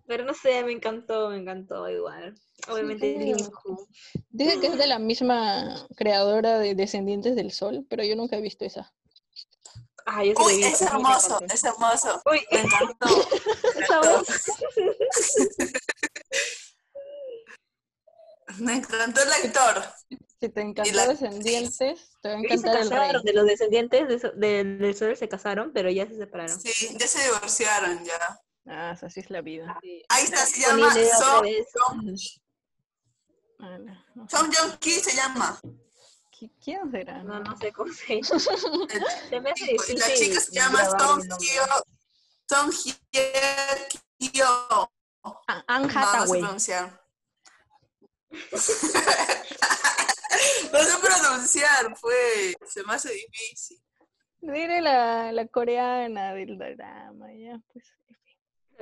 Speaker 4: Pero no sé, me encantó, me encantó igual. Obviamente
Speaker 1: también lo
Speaker 4: Dream
Speaker 1: mejor. Dicen que es de la misma creadora de Descendientes del Sol, pero yo nunca he visto esa.
Speaker 4: Ah, yo sí lo
Speaker 3: Uy,
Speaker 4: vi,
Speaker 3: es
Speaker 4: me
Speaker 3: hermoso,
Speaker 4: encantó.
Speaker 3: es hermoso.
Speaker 4: Uy,
Speaker 3: Me encantó. me
Speaker 4: esa
Speaker 3: encantó.
Speaker 4: voz.
Speaker 3: Me encantó el actor.
Speaker 1: Si te encantó
Speaker 3: la-
Speaker 1: Descendientes, te va a
Speaker 4: Ellos se
Speaker 1: encantar el rey.
Speaker 4: casaron, de los descendientes de so- de- del sol se casaron, pero ya se separaron.
Speaker 3: Sí, ya se divorciaron ya.
Speaker 1: Ah, esa sí es la vida.
Speaker 4: Sí.
Speaker 3: Ahí está, se
Speaker 4: Con
Speaker 3: llama
Speaker 4: Ile otra
Speaker 3: Song
Speaker 4: vez.
Speaker 1: Ah, no, no sé.
Speaker 3: Song Joong Ki, se llama.
Speaker 1: ¿Qui- ¿Quién será?
Speaker 4: No, no sé cómo
Speaker 3: [laughs]
Speaker 4: se llama. Se me hace
Speaker 3: Y la
Speaker 4: difícil
Speaker 3: chica se llama
Speaker 4: grabar
Speaker 3: Song
Speaker 4: el nombre.
Speaker 3: Hyo, Song Hye Kyo.
Speaker 1: Ah, Anne
Speaker 3: No, no sé
Speaker 1: Hathaway.
Speaker 3: pronunciar. [laughs] no sé pronunciar, pues. Se me hace difícil.
Speaker 1: Dile la, la coreana del drama, ya, pues.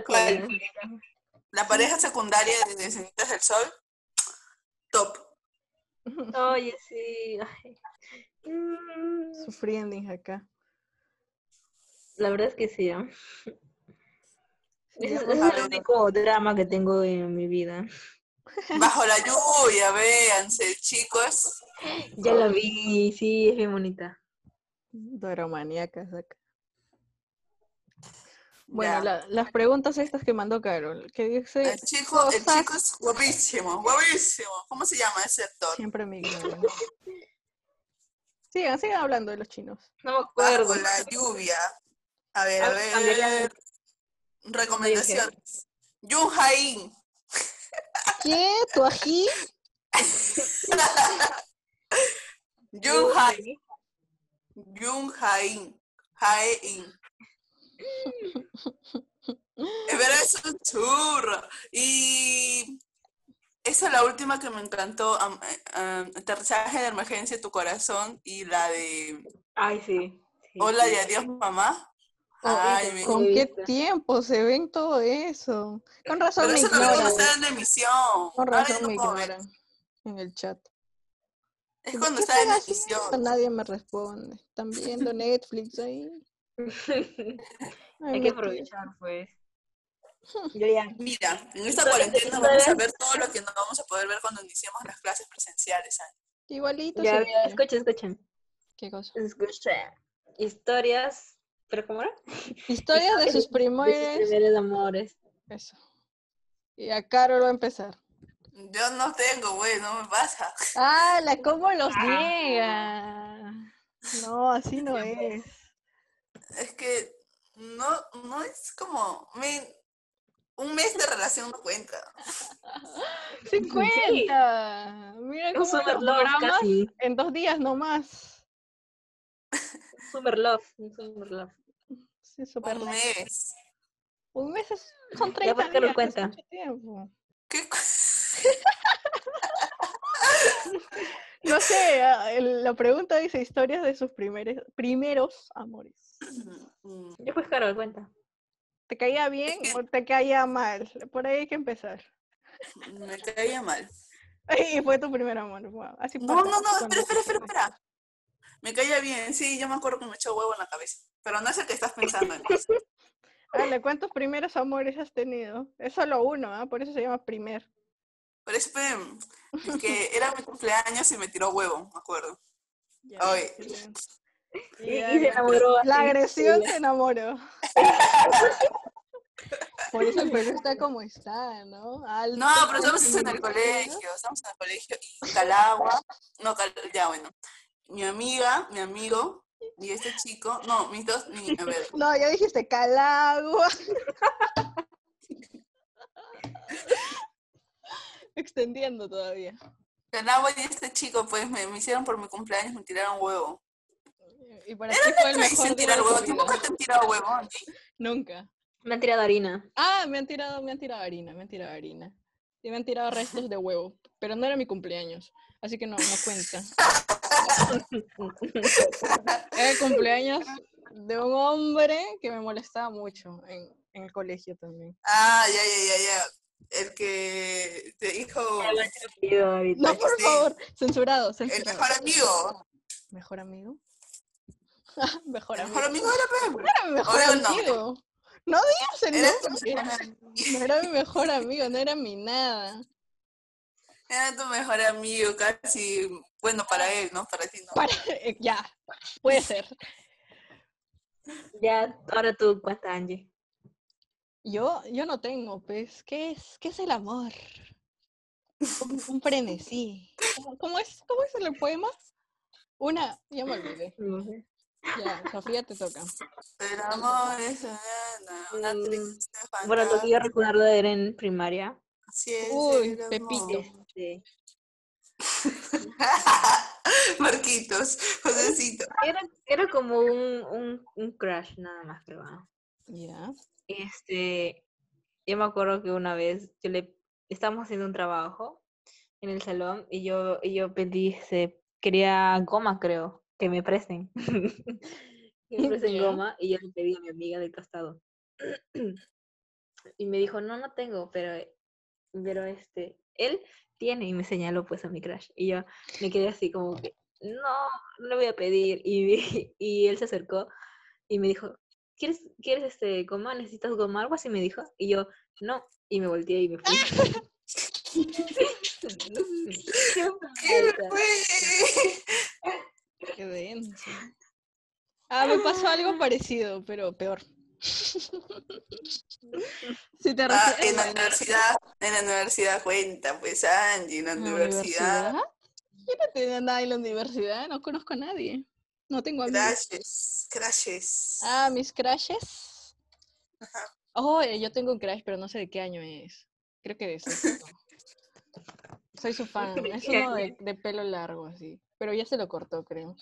Speaker 3: ¿Cuál? La pareja secundaria de Descendientes del Sol. Top.
Speaker 4: Oye, sí. ay. Mm,
Speaker 1: Sufriendo hija, acá.
Speaker 4: La verdad es que sí. ¿ah?
Speaker 1: Sí,
Speaker 4: Ese-
Speaker 1: ya
Speaker 4: ese
Speaker 1: vamos
Speaker 4: es,
Speaker 1: a
Speaker 4: el
Speaker 1: ver.
Speaker 4: único drama que tengo en mi vida.
Speaker 3: Bajo la lluvia, véanse, chicos.
Speaker 4: Ya la vi, sí, es bien bonita.
Speaker 1: Doromaniacas acá. Bueno,
Speaker 3: Ya.
Speaker 1: la- las preguntas estas que mandó Carol, que dice
Speaker 3: El chico, el
Speaker 1: cosas-
Speaker 3: chico es guapísimo, guapísimo. ¿Cómo se llama ese actor?
Speaker 1: Siempre me ignoran. [laughs] Sigan, sigan hablando de los chinos.
Speaker 4: No me acuerdo.
Speaker 3: Bajo la lluvia. A ver, a
Speaker 4: Ah, a ver, ya.
Speaker 3: ver. Recomendaciones. Jung Hae-in.
Speaker 1: ¿Qué? ¿Tu ají?
Speaker 3: Jung Hae. Jung Hae-in. Hae-in. Es verdad, es un churro. Y esa es la última que me encantó. am- am- aterrizaje de emergencia de tu corazón y la de
Speaker 4: Ay, sí. sí,
Speaker 3: Hola
Speaker 4: sí. [laughs]
Speaker 3: y adiós, mamá.
Speaker 4: Oh,
Speaker 3: Ay,
Speaker 4: esa
Speaker 3: me-
Speaker 1: ¿Con qué
Speaker 4: Entrevista.
Speaker 1: tiempo se ven todo eso? Con razón
Speaker 3: Pero
Speaker 1: me
Speaker 3: eso no lo
Speaker 1: ignoran.
Speaker 3: estaba en la emisión.
Speaker 1: Con
Speaker 3: Ahora ¿eh? ya
Speaker 1: razón
Speaker 3: no
Speaker 1: me
Speaker 3: puedo ver.
Speaker 1: ignoran en el chat.
Speaker 3: Es cuando
Speaker 1: ¿Qué
Speaker 3: estaba en la
Speaker 1: están haciendo?
Speaker 3: emisión.
Speaker 1: Nadie me responde. Están viendo Netflix ahí. Ay,
Speaker 4: Hay
Speaker 1: me
Speaker 4: que
Speaker 1: tiran.
Speaker 4: aprovechar, pues. Ya.
Speaker 3: Mira, en esta
Speaker 4: Entonces,
Speaker 3: cuarentena
Speaker 4: ¿tú
Speaker 3: vamos a
Speaker 4: sabes?
Speaker 3: ver todo lo que no vamos a poder ver cuando iniciemos las clases presenciales. Ani.
Speaker 1: Igualito.
Speaker 4: Ya,
Speaker 1: sería.
Speaker 4: ya, escucha, escuchen.
Speaker 1: ¿Qué cosa?
Speaker 4: Escucha. Historias. ¿Pero cómo era?
Speaker 1: Historias de sus
Speaker 4: De sus
Speaker 1: primores.
Speaker 4: primeros amores.
Speaker 1: Eso. Y a Carol va a empezar.
Speaker 3: Yo no tengo, güey, no me pasa. [laughs]
Speaker 1: ¡Ah, la cómo los
Speaker 4: Ah.
Speaker 1: niega! No, así no es.
Speaker 3: Es que no, no es como me- un mes de relación no cuenta.
Speaker 1: 50. Mira
Speaker 4: Un
Speaker 1: cómo
Speaker 4: summer
Speaker 1: los
Speaker 4: love
Speaker 1: logramos
Speaker 4: casi.
Speaker 1: en dos días nomás.
Speaker 4: Un summer love. Un summer love.
Speaker 1: Sí, súper
Speaker 3: Un
Speaker 1: lento.
Speaker 3: mes.
Speaker 1: Un mes es- son
Speaker 4: Ya,
Speaker 1: 30
Speaker 4: pues, Carol,
Speaker 1: días, es
Speaker 4: cuenta.
Speaker 1: mucho tiempo.
Speaker 3: ¿Qué cu- [laughs]
Speaker 1: No sé, ah, el- la pregunta dice historias de sus primeros, primeros amores.
Speaker 3: Mm,
Speaker 4: Ya pues, Carol, cuenta.
Speaker 1: ¿Te caía bien o te caía mal? Por ahí hay que empezar. [laughs]
Speaker 3: Me caía mal.
Speaker 1: Y fue tu primer amor. wow, Así
Speaker 3: No,
Speaker 1: pasa,
Speaker 3: no, no,
Speaker 1: así
Speaker 3: espera,
Speaker 1: conoces
Speaker 3: espera, espera,
Speaker 1: gente.
Speaker 3: espera. Me caía bien, sí, yo me acuerdo que me echó huevo en la cabeza. Pero no es el que estás pensando. ¿no?
Speaker 1: Ale, Ah, ¿cuántos primeros amores has tenido? Es solo uno, ¿ah? por eso se llama primer.
Speaker 3: Pero es pem, es que era mi cumpleaños y me tiró huevo, me acuerdo. Ay. [laughs]
Speaker 4: Y, y se enamoró. así.
Speaker 1: La agresión te enamoró. Por eso el Perú está como está, ¿no? Alto,
Speaker 3: No, pero estamos en el colegio, estamos en el colegio y Calagua, no, Cal- ya bueno, mi amiga, mi amigo y este chico, no, mis dos, ni,
Speaker 1: [laughs]
Speaker 3: a ver,
Speaker 1: No, ya dijiste Calagua. Extendiendo todavía.
Speaker 3: Calagua y este chico, pues me, me hicieron por mi cumpleaños, me tiraron huevo.
Speaker 1: Y para ti fue el mejor día
Speaker 3: Dicen tirar
Speaker 1: de
Speaker 3: huevo,
Speaker 1: tu
Speaker 3: ¿tú
Speaker 1: vida.
Speaker 3: nunca te han tirado huevo? a ti?
Speaker 1: Nunca.
Speaker 4: Me han tirado harina.
Speaker 1: Ah, me han tirado, me han tirado harina, me han tirado harina. Y me han tirado restos de huevo, pero no era mi cumpleaños, así que no, no cuenta. Era el cumpleaños de un hombre que me molestaba mucho en, en el colegio también.
Speaker 3: Ah, ya, ya, ya, ya. El que te dijo,
Speaker 4: Ya lo han sentido ahorita.
Speaker 1: No, por
Speaker 3: sí.
Speaker 1: favor, Este, censurado,
Speaker 3: el
Speaker 1: censurado.
Speaker 3: mejor amigo,
Speaker 1: ¿Mejor amigo? [laughs] mejor
Speaker 3: el
Speaker 1: amigo.
Speaker 3: mejor amigo de la pem.
Speaker 1: No era mi mejor
Speaker 3: Ahora no.
Speaker 1: amigo. No digas el
Speaker 3: Era tu
Speaker 1: nombre.
Speaker 3: mejor
Speaker 1: No
Speaker 3: amigo.
Speaker 1: era mi mejor amigo, no era mi nada.
Speaker 3: [laughs]
Speaker 1: [laughs]
Speaker 3: Era tu mejor amigo, casi, bueno, para él, ¿no? Para ti, ¿no?
Speaker 1: Para- eh, ya, puede ser.
Speaker 4: Ya, ahora tú cuenta, Angie.
Speaker 1: Yo, yo no tengo, pues, ¿qué es, qué es el amor? Un, un frenesí. ¿Cómo, cómo es, ¿Cómo es el poema? Una, ya me olvidé.
Speaker 4: No sé.
Speaker 1: Ya, Sofía te toca.
Speaker 3: El amor es una, una
Speaker 4: Mm,
Speaker 3: triste
Speaker 4: Bueno, lo que yo
Speaker 3: fantasía,
Speaker 4: recuerdo era en primaria.
Speaker 3: así es
Speaker 1: Uy,
Speaker 3: el amor. [laughs]
Speaker 1: Pepito.
Speaker 4: Este,
Speaker 3: Marquitos, Josecito.
Speaker 4: era, era como un, un, un crush nada más, pero bueno.
Speaker 1: Ya.
Speaker 4: Este, yo me acuerdo que una vez yo le estábamos haciendo un trabajo en el salón y yo, y yo pedí, este, quería goma, creo, que me presten. [laughs] que me presten
Speaker 1: Ya.
Speaker 4: goma y yo le pedí a mi amiga del costado. [clears throat] y me dijo, no, no tengo, pero, pero este, él tiene y me señaló pues a mi crush. Y yo me quedé así como que, no, no le voy a pedir. Y, [laughs] y él se acercó y me dijo, ¿quieres, ¿quieres este goma? ¿Necesitas goma? Algo así me dijo. Y yo, no. Y me volteé y me fui. [laughs] No sé, qué
Speaker 3: ¿Qué
Speaker 4: falta.
Speaker 3: fue?
Speaker 1: Qué denso. Ah, me pasó [laughs] algo parecido, pero peor. Si te
Speaker 3: Ah,
Speaker 1: refieres
Speaker 3: en la
Speaker 1: a
Speaker 3: universidad, en la universidad cuenta, pues Angie, en la
Speaker 1: la
Speaker 3: universidad.
Speaker 1: Yo no tengo nada en la universidad, no conozco a nadie. No tengo amigos.
Speaker 3: Crashes, crashes.
Speaker 1: Ah, mis crashes. Oh, eh, yo tengo un crash, pero no sé de qué año es. Creo que de sexto. Soy
Speaker 3: [laughs]
Speaker 1: su fan. Es
Speaker 4: qué
Speaker 1: uno de, de pelo largo, así. Pero ya se lo cortó, creo.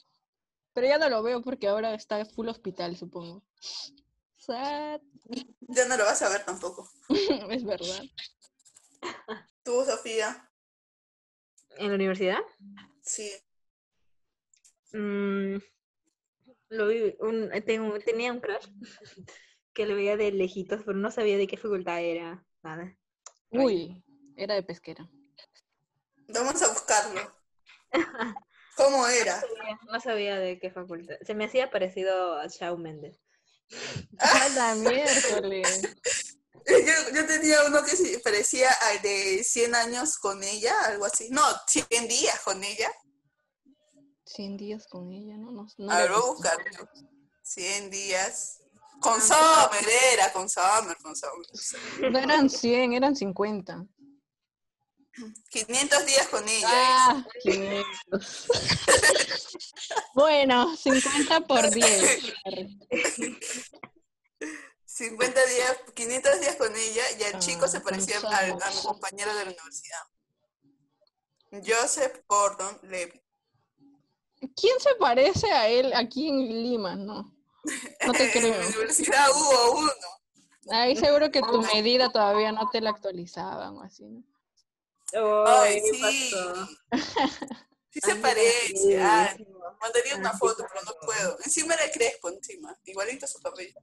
Speaker 1: Pero ya no lo veo porque ahora está full hospital, supongo. Sad. [laughs]
Speaker 3: Ya no lo vas a ver tampoco.
Speaker 1: es verdad.
Speaker 3: Tú, Sofía,
Speaker 4: ¿En la universidad?
Speaker 3: sí.
Speaker 4: Mm, lo vi- un- tengo- tenía un crush que lo veía de lejitos, pero no sabía de qué facultad era. Nada.
Speaker 1: Uy, era de
Speaker 3: [laughs]
Speaker 1: pesquera.
Speaker 3: Vamos a buscarlo. ¿Cómo era?
Speaker 4: No sabía de qué facultad. Se me hacía
Speaker 3: Ah,
Speaker 4: parecido a Shawn Mendes.
Speaker 1: ¡Hala, miércoles!
Speaker 3: Yo, yo tenía uno que se parecía al de 100 años con ella, algo así. No, 100 días con ella.
Speaker 1: 100 días con ella, ¿no? no, no
Speaker 3: A
Speaker 1: la he
Speaker 3: ver, voy
Speaker 1: visto.
Speaker 3: a buscarlo. 100 días. Con
Speaker 1: Ah,
Speaker 3: Summer era, con Summer, con Summer.
Speaker 1: No eran 100, eran 50.
Speaker 3: 500 días con ella.
Speaker 1: Ah, 500. [laughs] bueno, 50 por 10.
Speaker 3: 50 días, 500 días con ella y el
Speaker 1: Ah,
Speaker 3: chico se parecía
Speaker 1: con
Speaker 3: al- a,
Speaker 1: Summer.
Speaker 3: mi compañero de la universidad. Joseph Gordon Levy.
Speaker 1: ¿Quién se parece a él aquí en Lima? No, no te
Speaker 3: [laughs] en mi
Speaker 1: creo.
Speaker 3: universidad hubo uno.
Speaker 1: Ahí seguro que tu medida todavía no te la actualizaban o así, ¿no?
Speaker 3: Ay,
Speaker 4: ¿qué
Speaker 3: sí.
Speaker 4: pasó?
Speaker 3: Sí se
Speaker 4: Ay,
Speaker 3: parece. Ay,
Speaker 4: buenísimo.
Speaker 3: mandaría una
Speaker 4: Ah, sí,
Speaker 3: foto, pero no
Speaker 4: claro.
Speaker 3: puedo. Encima era crespo, encima. Igualito su cabello.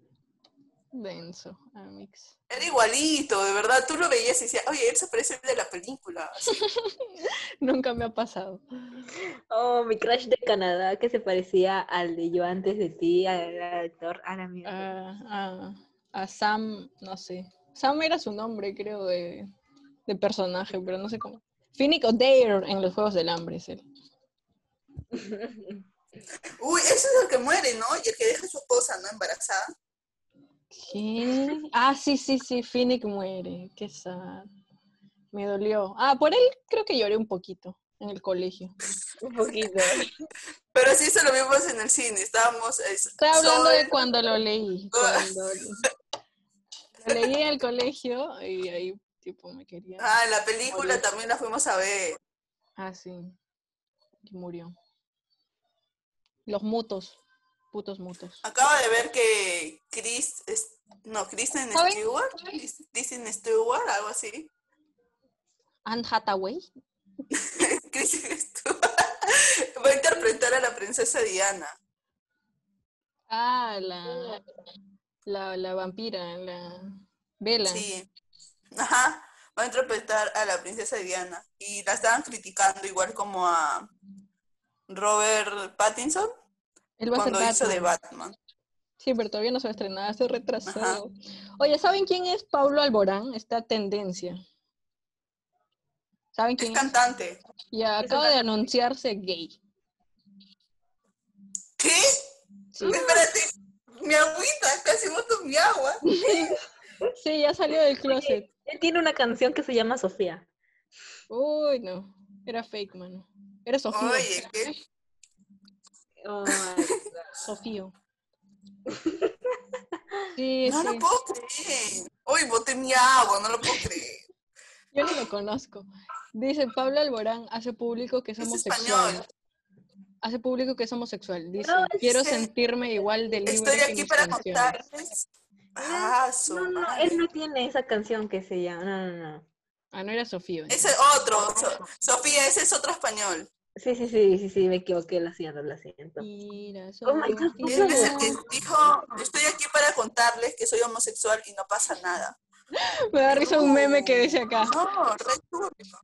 Speaker 1: Denso, Amix.
Speaker 3: Era igualito, de verdad. Tú lo veías y decías, oye, él se parece al de la película. Así.
Speaker 1: Nunca me ha pasado.
Speaker 4: Oh, mi crush de Canadá que se parecía al de yo antes de Ah, ti, al actor, a la mierda.
Speaker 1: A, a- a Sam, no sé. Sam era su nombre, creo, de, de personaje, pero no sé cómo. Finnick O'Dare en los Juegos del Hambre es él.
Speaker 3: Uy, ese es el que muere, ¿no? Y el que deja a su esposa, ¿no? Embarazada.
Speaker 1: ¿Qué? Ah, sí, sí, sí, Finnick muere. Qué sad. Me dolió. Ah, por él creo que lloré un poquito en el colegio.
Speaker 4: [laughs] Un poquito.
Speaker 3: Pero sí, eso lo vimos en el cine. Estábamos. eh, es- [laughs]
Speaker 1: Estoy hablando
Speaker 3: Sol-
Speaker 1: de cuando lo leí. Cuando lo leí en el colegio y ahí, tipo, me quería.
Speaker 3: Ah, la película
Speaker 1: Morir.
Speaker 3: también la fuimos a ver.
Speaker 1: Ah, sí. Y murió. Los mutos. Putos mutos.
Speaker 3: Acabo de ver que Chris, es- no, Kristen
Speaker 1: ¿Saben?
Speaker 3: Stewart, Chris- Kristen Stewart, algo así.
Speaker 1: Anne Hathaway.
Speaker 3: [laughs] Kristen Stewart va a interpretar a la princesa Diana.
Speaker 1: Ah, la, la, la vampira, la Vela.
Speaker 3: Sí. Ajá. Va a interpretar a la princesa Diana. Y la estaban criticando igual como a Robert Pattinson
Speaker 1: Él va a ser
Speaker 3: cuando hizo de
Speaker 1: Batman.
Speaker 3: Batman.
Speaker 1: Sí, pero todavía no se va a estrenar, se retrasado. Oye, ¿saben quién es Pablo Alborán? Está tendencia. ¿Saben
Speaker 3: Es
Speaker 1: quién es?
Speaker 3: cantante.
Speaker 1: Y acaba de anunciarse gay.
Speaker 3: ¿Qué?
Speaker 1: Sí.
Speaker 3: Espérate. Mi agüita, casi boto mi agua.
Speaker 1: Sí, ya salió del closet.
Speaker 4: [laughs] Él tiene una canción que se llama Sofía.
Speaker 1: Uy, no. Era fake, mano. Era Sofía.
Speaker 3: Oye, ¿qué?
Speaker 4: Oh, my
Speaker 3: [laughs]
Speaker 1: Sofío. Sí,
Speaker 3: No
Speaker 1: sí.
Speaker 3: lo puedo creer. Uy, boté mi agua, no lo puedo creer.
Speaker 1: Yo no lo conozco. Dice Pablo Alborán hace público que es
Speaker 3: Es
Speaker 1: homosexual.
Speaker 3: español.
Speaker 1: Hace público que es homosexual. Dice,
Speaker 4: es-
Speaker 1: quiero
Speaker 3: dice,
Speaker 1: sentirme igual de libre
Speaker 3: Estoy
Speaker 1: que
Speaker 3: aquí
Speaker 1: mis
Speaker 3: para
Speaker 1: canciones".
Speaker 3: contarles. Ah, su
Speaker 4: No, no,
Speaker 3: madre.
Speaker 4: él no tiene esa canción que se llama. No, no, no.
Speaker 1: Ah, no era Sofío. ¿no?
Speaker 3: Ese otro, So- Sofía, ese es otro español.
Speaker 4: Sí, sí, sí, sí, sí, me equivoqué, lo siento, lo siento.
Speaker 1: Mira,
Speaker 4: Oh my God,
Speaker 1: Sofía.
Speaker 3: Él es el que dijo, estoy aquí para contarles que soy homosexual y no pasa nada.
Speaker 1: Me da risa un meme que dice acá.
Speaker 3: No, re turbio.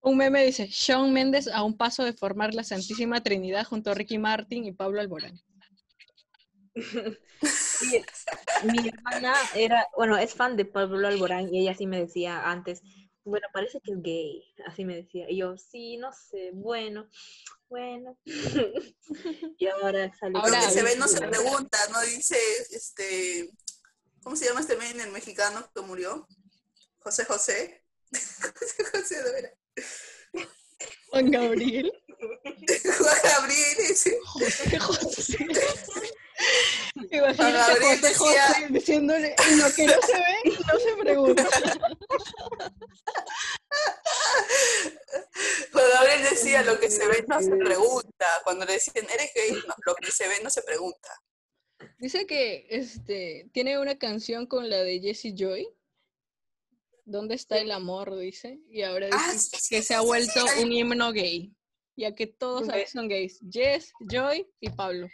Speaker 1: Un meme dice, Sean Méndez a un paso de formar la Santísima Trinidad junto a Ricky Martin y Pablo Alborán.
Speaker 4: Sí, Mi hermana era, bueno, es fan de Pablo Alborán y ella sí me decía antes, bueno, parece que es gay, así me decía. Y yo, sí, no sé, bueno, bueno. [laughs] Y ahora salió.
Speaker 1: Ahora,
Speaker 3: Lo que se ve
Speaker 1: ¿viste?
Speaker 3: no se pregunta, no dice, este, ¿cómo se llama este men el mexicano que murió? José José. [laughs] José José, de veras.
Speaker 1: Juan Gabriel.
Speaker 3: Juan Gabriel, ese.
Speaker 1: José [laughs] José. Imagínate a
Speaker 3: Gabriel
Speaker 1: José
Speaker 3: decía-
Speaker 1: José diciéndole "En lo que no se ve, no se pregunta.
Speaker 3: Juan Gabriel decía, lo que se ve no se pregunta. Cuando le decían, ¿eres gay? No, lo que se ve no se pregunta.
Speaker 1: Dice que este tiene una canción con la de Jessie Joy. ¿Dónde está el amor? Dice. Y ahora dice
Speaker 3: Ah, sí, sí,
Speaker 1: que se ha
Speaker 3: sí, sí,
Speaker 1: vuelto
Speaker 3: sí.
Speaker 1: un himno gay. Ya que todos ahí son gays. Jess, Joy y Pablo.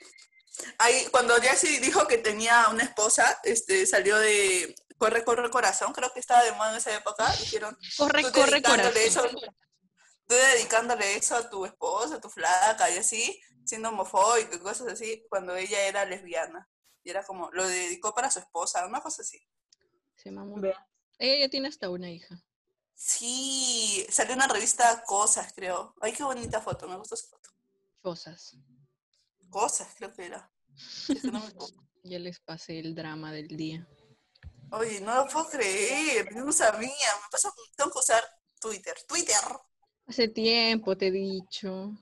Speaker 3: Ahí, cuando Jesse dijo que tenía una esposa, este, salió de Corre, Corre Corazón, creo que estaba de moda en esa época, dijeron,
Speaker 1: Corre,
Speaker 3: tú
Speaker 1: corre,
Speaker 3: dedicándole
Speaker 1: corazón.
Speaker 3: eso- tú dedicándole eso a tu esposa, a tu flaca, y así, siendo homofóbico y cosas así, cuando ella era lesbiana. Y era como, lo dedicó para su esposa, una cosa así.
Speaker 1: Se mamó.
Speaker 4: Ve.
Speaker 1: Ella ya tiene hasta una hija.
Speaker 3: Sí, salió una revista Cosas, creo. Ay, qué bonita foto, me gustó esa foto.
Speaker 1: Cosas.
Speaker 3: Cosas, creo que era. Es que no me acuerdo.
Speaker 1: Ya les pasé el drama del día.
Speaker 3: Oye, no lo puedo creer, yo no sabía. Me pasa un montón que usar Twitter. Twitter.
Speaker 1: Hace tiempo te he dicho.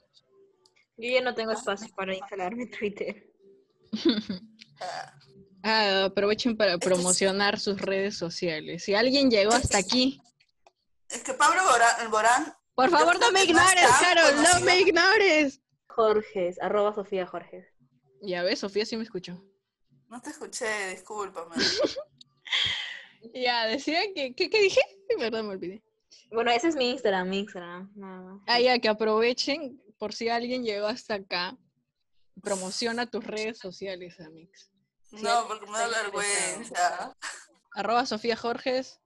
Speaker 4: Yo ya no tengo espacio para instalar mi Twitter.
Speaker 3: Ah,
Speaker 1: Ah, aprovechen para
Speaker 3: que sí.
Speaker 1: promocionar sus redes sociales. Si alguien llegó hasta aquí,
Speaker 3: Es que Pablo Bora- Borán,
Speaker 1: por
Speaker 3: Yo
Speaker 1: favor
Speaker 3: creo
Speaker 1: no me
Speaker 3: que no
Speaker 1: ignores,
Speaker 3: está
Speaker 1: Carol, no
Speaker 3: conocido.
Speaker 1: me ignores.
Speaker 4: Jorges, arroba Sofía Jorges.
Speaker 1: Ya ves, Sofía sí me escuchó.
Speaker 3: no te escuché,
Speaker 1: [laughs]
Speaker 3: discúlpame.
Speaker 1: Ya, decía que, ¿qué, qué dije? En verdad me olvidé.
Speaker 4: Bueno, ese es mi Instagram, mi Instagram, nada más.
Speaker 1: Ah, ya, que aprovechen por si alguien llegó hasta acá. Promociona tus redes sociales, Amix. Sí,
Speaker 3: No, porque me da
Speaker 1: está
Speaker 3: vergüenza.
Speaker 1: Arroba Sofía Jorges.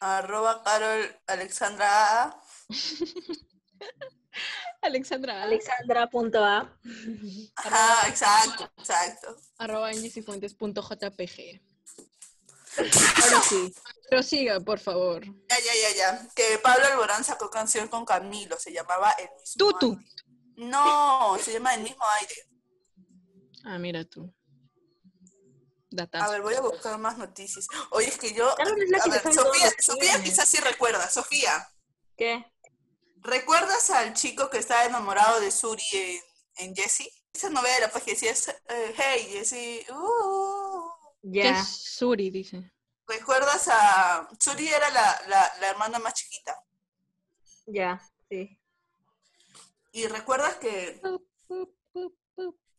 Speaker 3: Arroba Carol Alexandra A.
Speaker 1: Alexandra. Alex.
Speaker 4: Alexandra.a.
Speaker 3: Ajá, exacto, exacto.
Speaker 1: Arroba ngcifuentes.jpg. Ahora sí. Prosiga, por favor.
Speaker 3: Ya, ya, ya, ya. Que Pablo Alborán sacó canción con Camilo, se llamaba El mismo
Speaker 1: Tutu.
Speaker 3: aire. No, se llama El mismo aire.
Speaker 1: Ah, mira tú. Datas.
Speaker 3: A ver, voy a buscar más noticias. Oye, es que yo.
Speaker 4: Carol es la
Speaker 3: A
Speaker 4: que se
Speaker 3: ver,
Speaker 4: sabe
Speaker 3: Sofía,
Speaker 4: todas las
Speaker 3: Sofía
Speaker 4: canciones.
Speaker 3: quizás sí recuerda. Sofía,
Speaker 4: ¿Qué?
Speaker 3: ¿recuerdas al chico que estaba enamorado de Suri en, en Jessie? Esa novela, pues que decía, eh, hey, Jessie, uh.
Speaker 1: ¿Qué
Speaker 4: Ya.
Speaker 1: es Suri, dice.
Speaker 3: ¿Recuerdas a. Suri era la, la, la hermana más chiquita.
Speaker 4: Ya, sí.
Speaker 3: ¿Y recuerdas que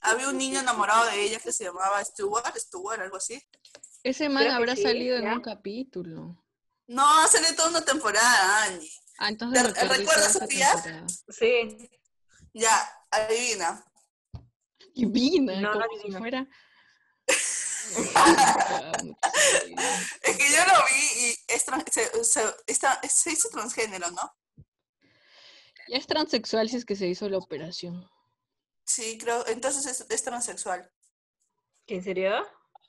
Speaker 3: había un niño enamorado de ella que se llamaba Stuart, Stuart, algo así?
Speaker 1: Ese man
Speaker 4: Creo que
Speaker 1: habrá
Speaker 4: sí,
Speaker 1: salido en
Speaker 4: ya.
Speaker 1: un capítulo.
Speaker 3: No, salió toda una temporada, Angie.
Speaker 1: Ah, entonces
Speaker 3: ¿Te-
Speaker 1: me perdí
Speaker 3: recuerdas,
Speaker 1: toda esa
Speaker 3: Sofía?
Speaker 1: temporada.
Speaker 4: Sí.
Speaker 3: Ya, adivina.
Speaker 1: Divina,
Speaker 4: No, no
Speaker 1: como si
Speaker 4: divina.
Speaker 1: fuera.
Speaker 3: Es que yo lo vi y es tran- se, se- está- se hizo transgénero, ¿no?
Speaker 1: ya es transexual si es que se hizo la operación.
Speaker 3: Sí, creo. Entonces es, es transexual.
Speaker 4: ¿En serio?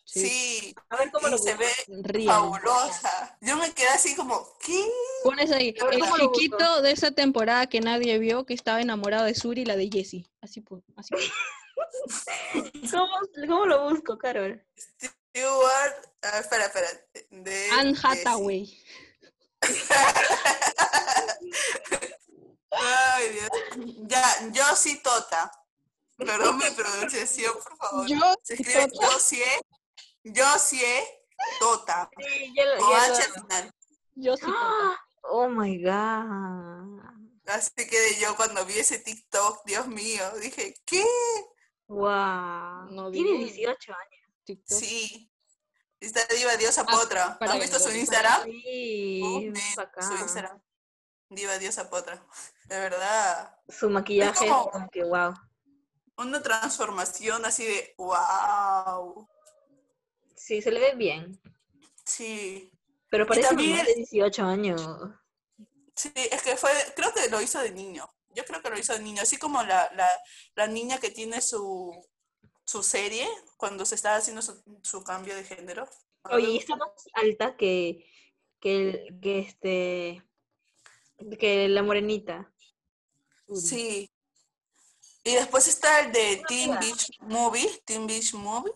Speaker 1: Sí.
Speaker 3: Sí,
Speaker 4: A ver cómo
Speaker 3: y
Speaker 4: lo
Speaker 3: se ve
Speaker 1: Ríe.
Speaker 3: fabulosa. Yo me quedé así como, ¿qué?
Speaker 1: Pones ahí
Speaker 4: A ver,
Speaker 1: el
Speaker 4: ¿cómo lo
Speaker 1: chiquito de esa temporada que nadie vio que estaba enamorado de Suri y la de Jessie. Así pues. Así.
Speaker 4: ¿Cómo, cómo lo busco, Carol?
Speaker 3: Stewart. ah, espera, espera. De,
Speaker 1: Anne
Speaker 3: de-
Speaker 1: Hathaway.
Speaker 3: Ay, Dios. Ya, yo sí Tota. Perdón mi pronunciación, por favor.
Speaker 1: Yo,
Speaker 3: Se escribe
Speaker 1: Tota.
Speaker 3: yo sí yo sí Tota.
Speaker 4: Sí, ya lo.
Speaker 3: O
Speaker 4: ya
Speaker 3: H al
Speaker 4: lo-
Speaker 3: final.
Speaker 1: yo sí.
Speaker 4: ¡Ah! Oh my god.
Speaker 3: Así que yo cuando vi ese TikTok, Dios mío, dije, ¿qué?
Speaker 4: Wow.
Speaker 1: No
Speaker 4: Tiene
Speaker 1: digo.
Speaker 4: 18 años.
Speaker 1: TikTok.
Speaker 3: Sí. Esta diva diosa potra.
Speaker 1: para
Speaker 3: ¿Has visto su
Speaker 1: ganadores.
Speaker 3: Instagram? Ah. Oh,
Speaker 4: Sí,
Speaker 3: man,
Speaker 4: bacán.
Speaker 3: su Instagram. Diva diosa potra. [laughs] De verdad.
Speaker 4: Su maquillaje
Speaker 3: Es
Speaker 4: es
Speaker 3: como-
Speaker 4: como que wow.
Speaker 3: Una transformación así de wow.
Speaker 4: Sí, se le ve bien.
Speaker 3: Sí.
Speaker 4: Pero parece
Speaker 3: también- Ah.
Speaker 4: más de 18 años.
Speaker 3: Sí, es que fue, creo que lo hizo de niño. Yo creo que lo hizo de niño. Así como la, la, la niña que tiene su, su serie cuando se está haciendo su, su cambio de género.
Speaker 4: Oye, y está más alta que, que, el- que este que la morenita.
Speaker 3: Sí. Y después está el de Teen
Speaker 4: amiga.
Speaker 3: Beach Movie. Teen Beach Movie.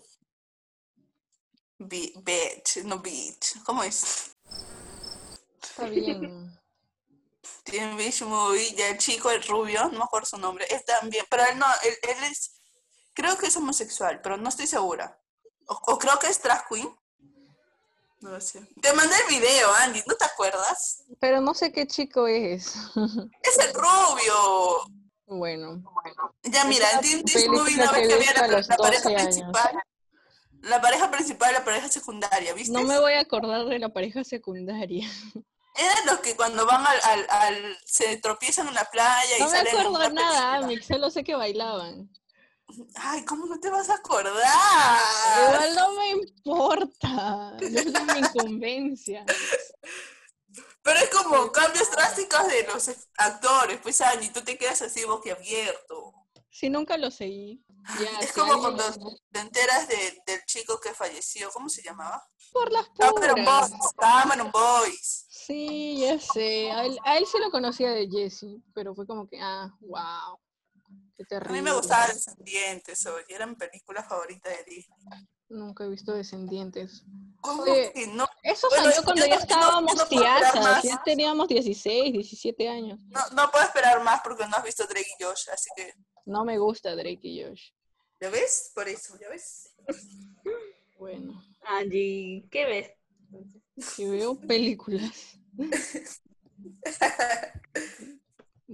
Speaker 3: Be- beach, no Beach. ¿Cómo es?
Speaker 1: Está bien.
Speaker 3: Teen Beach Movie. Ya el chico, el rubio, no me acuerdo su nombre. Él también. Pero él no, él, él es. Creo que es homosexual, pero no estoy segura. O, o creo que es drag queen. No lo sé. Te mandé el video, Andy, ¿no te acuerdas?
Speaker 1: Pero no sé qué chico es. [laughs]
Speaker 3: Es el rubio.
Speaker 1: bueno.
Speaker 3: Ya mira, en Teen Beach Movie
Speaker 1: película
Speaker 3: una
Speaker 1: que
Speaker 3: vez que
Speaker 1: vi
Speaker 3: había
Speaker 1: a
Speaker 3: la,
Speaker 1: los
Speaker 3: la pareja
Speaker 1: 12 años.
Speaker 3: principal. La pareja principal y la pareja secundaria, ¿viste?
Speaker 1: No me voy a acordar de la pareja secundaria.
Speaker 3: Eran los que cuando van al, al, al- se tropiezan en la playa y
Speaker 1: No me
Speaker 3: salen en
Speaker 1: acuerdo
Speaker 3: una
Speaker 1: nada,
Speaker 3: película.
Speaker 1: Amix. Solo sé que bailaban.
Speaker 3: Ay, ¿cómo no te vas a acordar?
Speaker 1: Igual no me importa. [laughs] No es mi incumbencia.
Speaker 3: Pero es como cambios drásticos de e-, los actores, pues Andy, tú te quedas así boquiabierto.
Speaker 1: Si nunca lo seguí. Ya,
Speaker 3: Es
Speaker 1: si
Speaker 3: como
Speaker 1: alguien-
Speaker 3: cuando- ¿Te enteras de- del chico que falleció? ¿Cómo se llamaba?
Speaker 1: Por las
Speaker 3: Cameron
Speaker 1: puras.
Speaker 3: Boys. Cameron Boys.
Speaker 1: Sí, ya sé. A él, a él sí lo conocía de Jesse, pero fue como que, ah, wow. Qué
Speaker 3: A
Speaker 1: terrible.
Speaker 3: mí me gustaba Descendientes, oye, era mi película favorita de Disney.
Speaker 1: Nunca he visto Descendientes.
Speaker 3: ¿Cómo
Speaker 1: Oye,
Speaker 3: que no?
Speaker 1: Eso
Speaker 3: Bueno,
Speaker 1: salió
Speaker 3: yo
Speaker 1: cuando
Speaker 3: no-
Speaker 1: ya
Speaker 3: yo no- yo no
Speaker 1: estábamos
Speaker 3: puedo hablar
Speaker 1: tiazas,
Speaker 3: más.
Speaker 1: ya teníamos 16, 17 años.
Speaker 3: No, no puedo esperar más porque no has visto Drake y Josh, así que,
Speaker 1: No me gusta Drake y Josh.
Speaker 3: ¿ya ves? Por eso, ¿ya ves?
Speaker 1: Bueno,
Speaker 4: Angie, ¿qué ves?
Speaker 1: si
Speaker 3: [laughs]
Speaker 1: veo películas.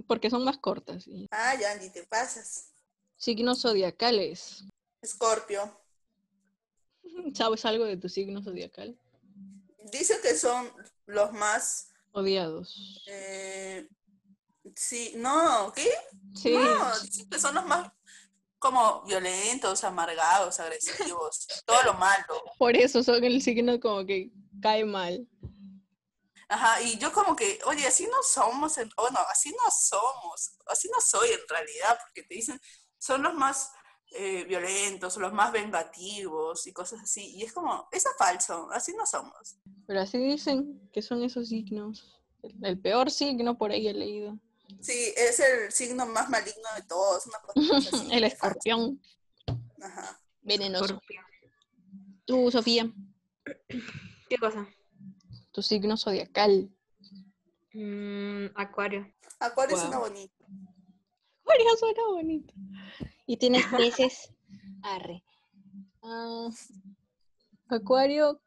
Speaker 1: Porque son más cortas. Y
Speaker 3: Ah, Yandy, te pasas.
Speaker 1: Signos zodiacales.
Speaker 3: Escorpio.
Speaker 1: ¿Sabes algo de tu signo zodiacal?
Speaker 3: Dice que son los más...
Speaker 1: Odiados.
Speaker 3: eh, sí, no, ¿qué?
Speaker 1: Sí.
Speaker 3: No, dicen que son los más como violentos, amargados, agresivos, [laughs] todo lo malo.
Speaker 1: Por eso son el signo como que cae mal.
Speaker 3: Ajá, y yo como que, oye, así no somos, en- o no, así no somos, así no soy en realidad, porque te dicen, son los más eh, violentos, los más vengativos y cosas así, y es como, eso es falso, así no somos.
Speaker 1: Pero así dicen que son esos signos. El, el peor signo por ahí he leído.
Speaker 3: Sí, es el signo más maligno de todos, una cosa así,
Speaker 1: [laughs] El
Speaker 3: es
Speaker 1: escorpión.
Speaker 3: falso. Ajá.
Speaker 1: Venenoso.
Speaker 4: Escorpión.
Speaker 1: Tú, Sofía,
Speaker 4: ¿Qué cosa?
Speaker 1: tu signo zodiacal.
Speaker 4: Mm, acuario.
Speaker 3: Acuario es
Speaker 1: Wow.
Speaker 3: una bonita.
Speaker 1: María suena bonito.
Speaker 2: Y tienes peces. Arre.
Speaker 1: Ah, acuario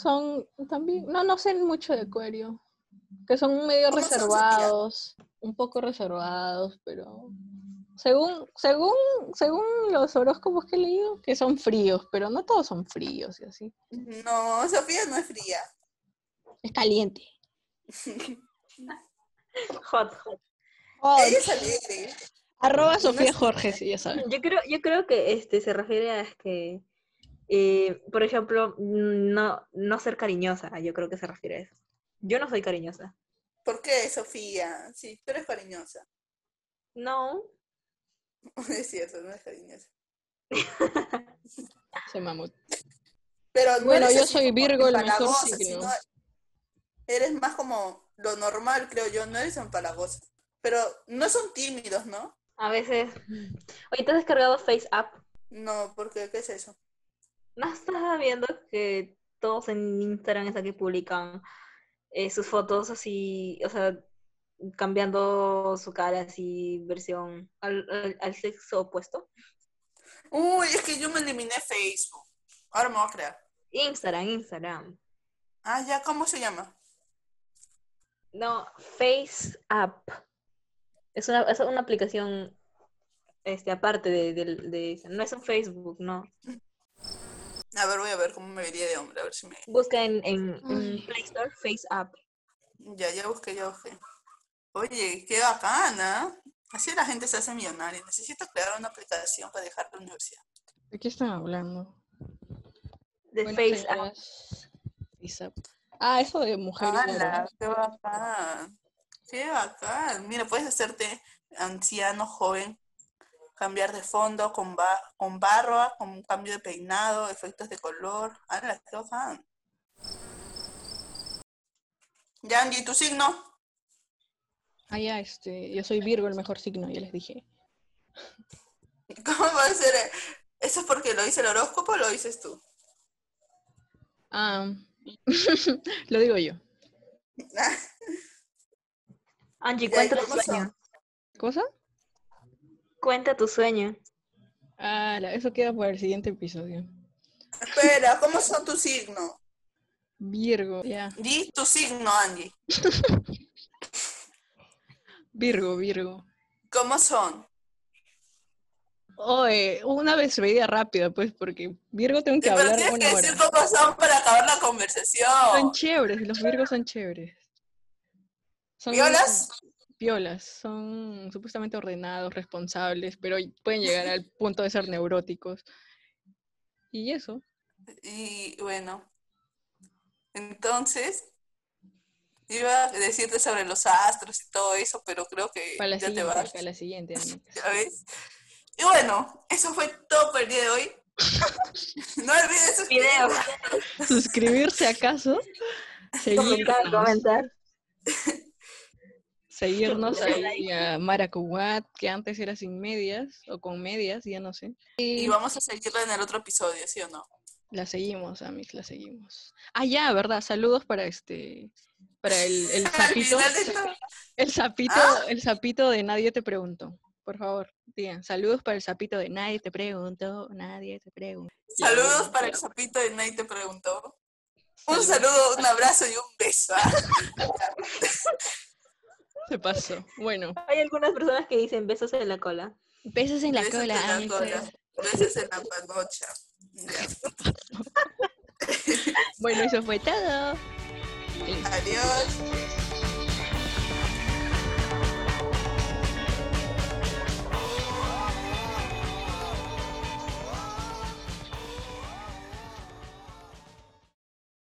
Speaker 1: son también. No, no sé mucho de Acuario. Que son medio
Speaker 3: ¿Cómo son, Sofía?
Speaker 1: reservados. Un poco reservados, pero. Según, según, según los horóscopos que he leído, que son fríos, pero no todos son fríos y así.
Speaker 3: No, Sofía no es fría.
Speaker 1: [laughs] Es caliente.
Speaker 4: Hot, hot.
Speaker 3: Ella es alegre.
Speaker 1: Arroba
Speaker 3: Oh, no
Speaker 1: Sofía
Speaker 3: es-
Speaker 1: Jorge, si ya saben.
Speaker 4: Yo creo, yo creo que este se refiere a que, eh, por ejemplo, no, no ser cariñosa. Yo creo que se refiere a eso. Yo no soy cariñosa.
Speaker 3: ¿Por qué, Sofía? Sí, tú eres cariñosa. [laughs]
Speaker 4: No.
Speaker 3: Es cierto, no eres cariñosa.
Speaker 1: Se mamut.
Speaker 3: Pero no
Speaker 1: Bueno,
Speaker 3: eres
Speaker 1: yo
Speaker 3: así
Speaker 1: soy
Speaker 3: como
Speaker 1: Virgo, el mejor
Speaker 3: empalagosa,
Speaker 1: signo.
Speaker 3: sino Eres más como lo normal, creo yo, no eres empalagosa. Pero no son tímidos, ¿no?
Speaker 4: A veces. Oye, ¿te has descargado Face App?
Speaker 3: No, porque ¿qué es eso?
Speaker 4: ¿No estás viendo que todos en Instagram es aquí publican eh, sus fotos así, o sea, cambiando su cara así, versión al, al- al sexo opuesto?
Speaker 3: Uy, es que yo me eliminé Facebook. Ahora me voy a crear.
Speaker 4: Instagram, Instagram.
Speaker 3: Ah, ya, ¿cómo se llama?
Speaker 4: No, Face App. Es una, es una aplicación este, aparte de, del- de- No es un Facebook, no.
Speaker 3: A ver, voy a ver cómo me vería de hombre, a ver si me...
Speaker 4: Busca en, en- en
Speaker 1: Ay.
Speaker 4: Play Store Face App.
Speaker 3: Ya, ya busqué, ya busqué. Oye, qué bacana. Así la gente se hace millonaria. Necesito crear una aplicación para dejar la universidad.
Speaker 1: ¿De qué están hablando?
Speaker 4: De
Speaker 1: Bueno,
Speaker 4: Face App.
Speaker 1: señoras, Face App. Ah, eso de mujeres.
Speaker 3: ¡Hala!
Speaker 1: ahora.
Speaker 3: ¡Qué bacán! ¡Qué bacán! Mira, puedes hacerte anciano, joven, cambiar de fondo con, ba con barba, con un cambio de peinado, efectos de color. ¡Hala! ¡Qué bacán! Yandy, ¿tu signo? [laughs]
Speaker 1: Ah, ya, este, yo soy Virgo, el mejor signo, ya les dije.
Speaker 3: ¿Cómo va a ser? eh? ¿Eso es porque lo dice el horóscopo o lo dices tú? [laughs]
Speaker 1: Ah, [laughs] lo digo yo.
Speaker 4: Angie,
Speaker 3: Ya, ¿y
Speaker 4: cuenta tu
Speaker 3: cómo son?
Speaker 4: sueño.
Speaker 1: ¿Cosa?
Speaker 4: Cuenta tu sueño.
Speaker 1: Ah, la- eso queda para el siguiente episodio.
Speaker 3: Espera, ¿cómo son tu signo?
Speaker 1: Virgo, ya.
Speaker 3: Di tu signo, Andy.
Speaker 1: Virgo, Virgo.
Speaker 3: ¿Cómo son?
Speaker 1: Oye, una vez veía rápida, pues, porque Virgo tengo que
Speaker 3: Sí, pero
Speaker 1: hablar
Speaker 3: tienes
Speaker 1: una
Speaker 3: que
Speaker 1: hora.
Speaker 3: decir cómo son para acabar la conversación.
Speaker 1: Son chéveres, los Virgos son chéveres. Son
Speaker 3: ¿Violas?
Speaker 1: Piolas, son supuestamente ordenados, responsables, pero pueden llegar
Speaker 3: [laughs]
Speaker 1: al punto de ser neuróticos. Y eso.
Speaker 3: Y bueno, entonces iba a decirte sobre los astros y todo eso, pero creo que
Speaker 1: Para la
Speaker 3: ya te
Speaker 1: siguiente,
Speaker 3: vas. [laughs]
Speaker 1: para la siguiente. Anita.
Speaker 3: ¿ya ves? Y bueno, eso fue todo por el día de hoy.
Speaker 1: [laughs]
Speaker 3: no olviden sus
Speaker 4: Video.
Speaker 1: ¿Suscribirse
Speaker 3: [laughs]
Speaker 1: acaso?
Speaker 4: Comentar,
Speaker 1: Seguirnos,
Speaker 4: comentar.
Speaker 1: seguirnos
Speaker 4: Dale
Speaker 1: ahí a Maracuat, que antes era sin medias o con medias, ya no sé.
Speaker 3: Y vamos a seguirlo en el otro episodio, ¿sí o no?
Speaker 1: La seguimos, Amix, la seguimos. Ah, ya, ¿verdad? Saludos para este. Para el, el
Speaker 3: [laughs] Al
Speaker 1: sapito.
Speaker 3: final de todo-
Speaker 1: El sapito,
Speaker 3: Ah.
Speaker 1: el sapito de nadie te preguntó. Por favor, digan, saludos para el sapito de nadie te preguntó, nadie te preguntó.
Speaker 3: Saludos para el sapito de Nate te preguntó. Un
Speaker 1: Saludos.
Speaker 3: saludo, un abrazo y un beso. ¿ah?
Speaker 1: Se pasó. Bueno,
Speaker 4: Hay algunas personas que dicen besos en la cola.
Speaker 2: Besos en la
Speaker 3: Besos
Speaker 2: cola.
Speaker 3: en
Speaker 2: ay,
Speaker 3: la cola. Besos en la panocha. Ya.
Speaker 1: bueno, eso fue todo.
Speaker 3: Adiós.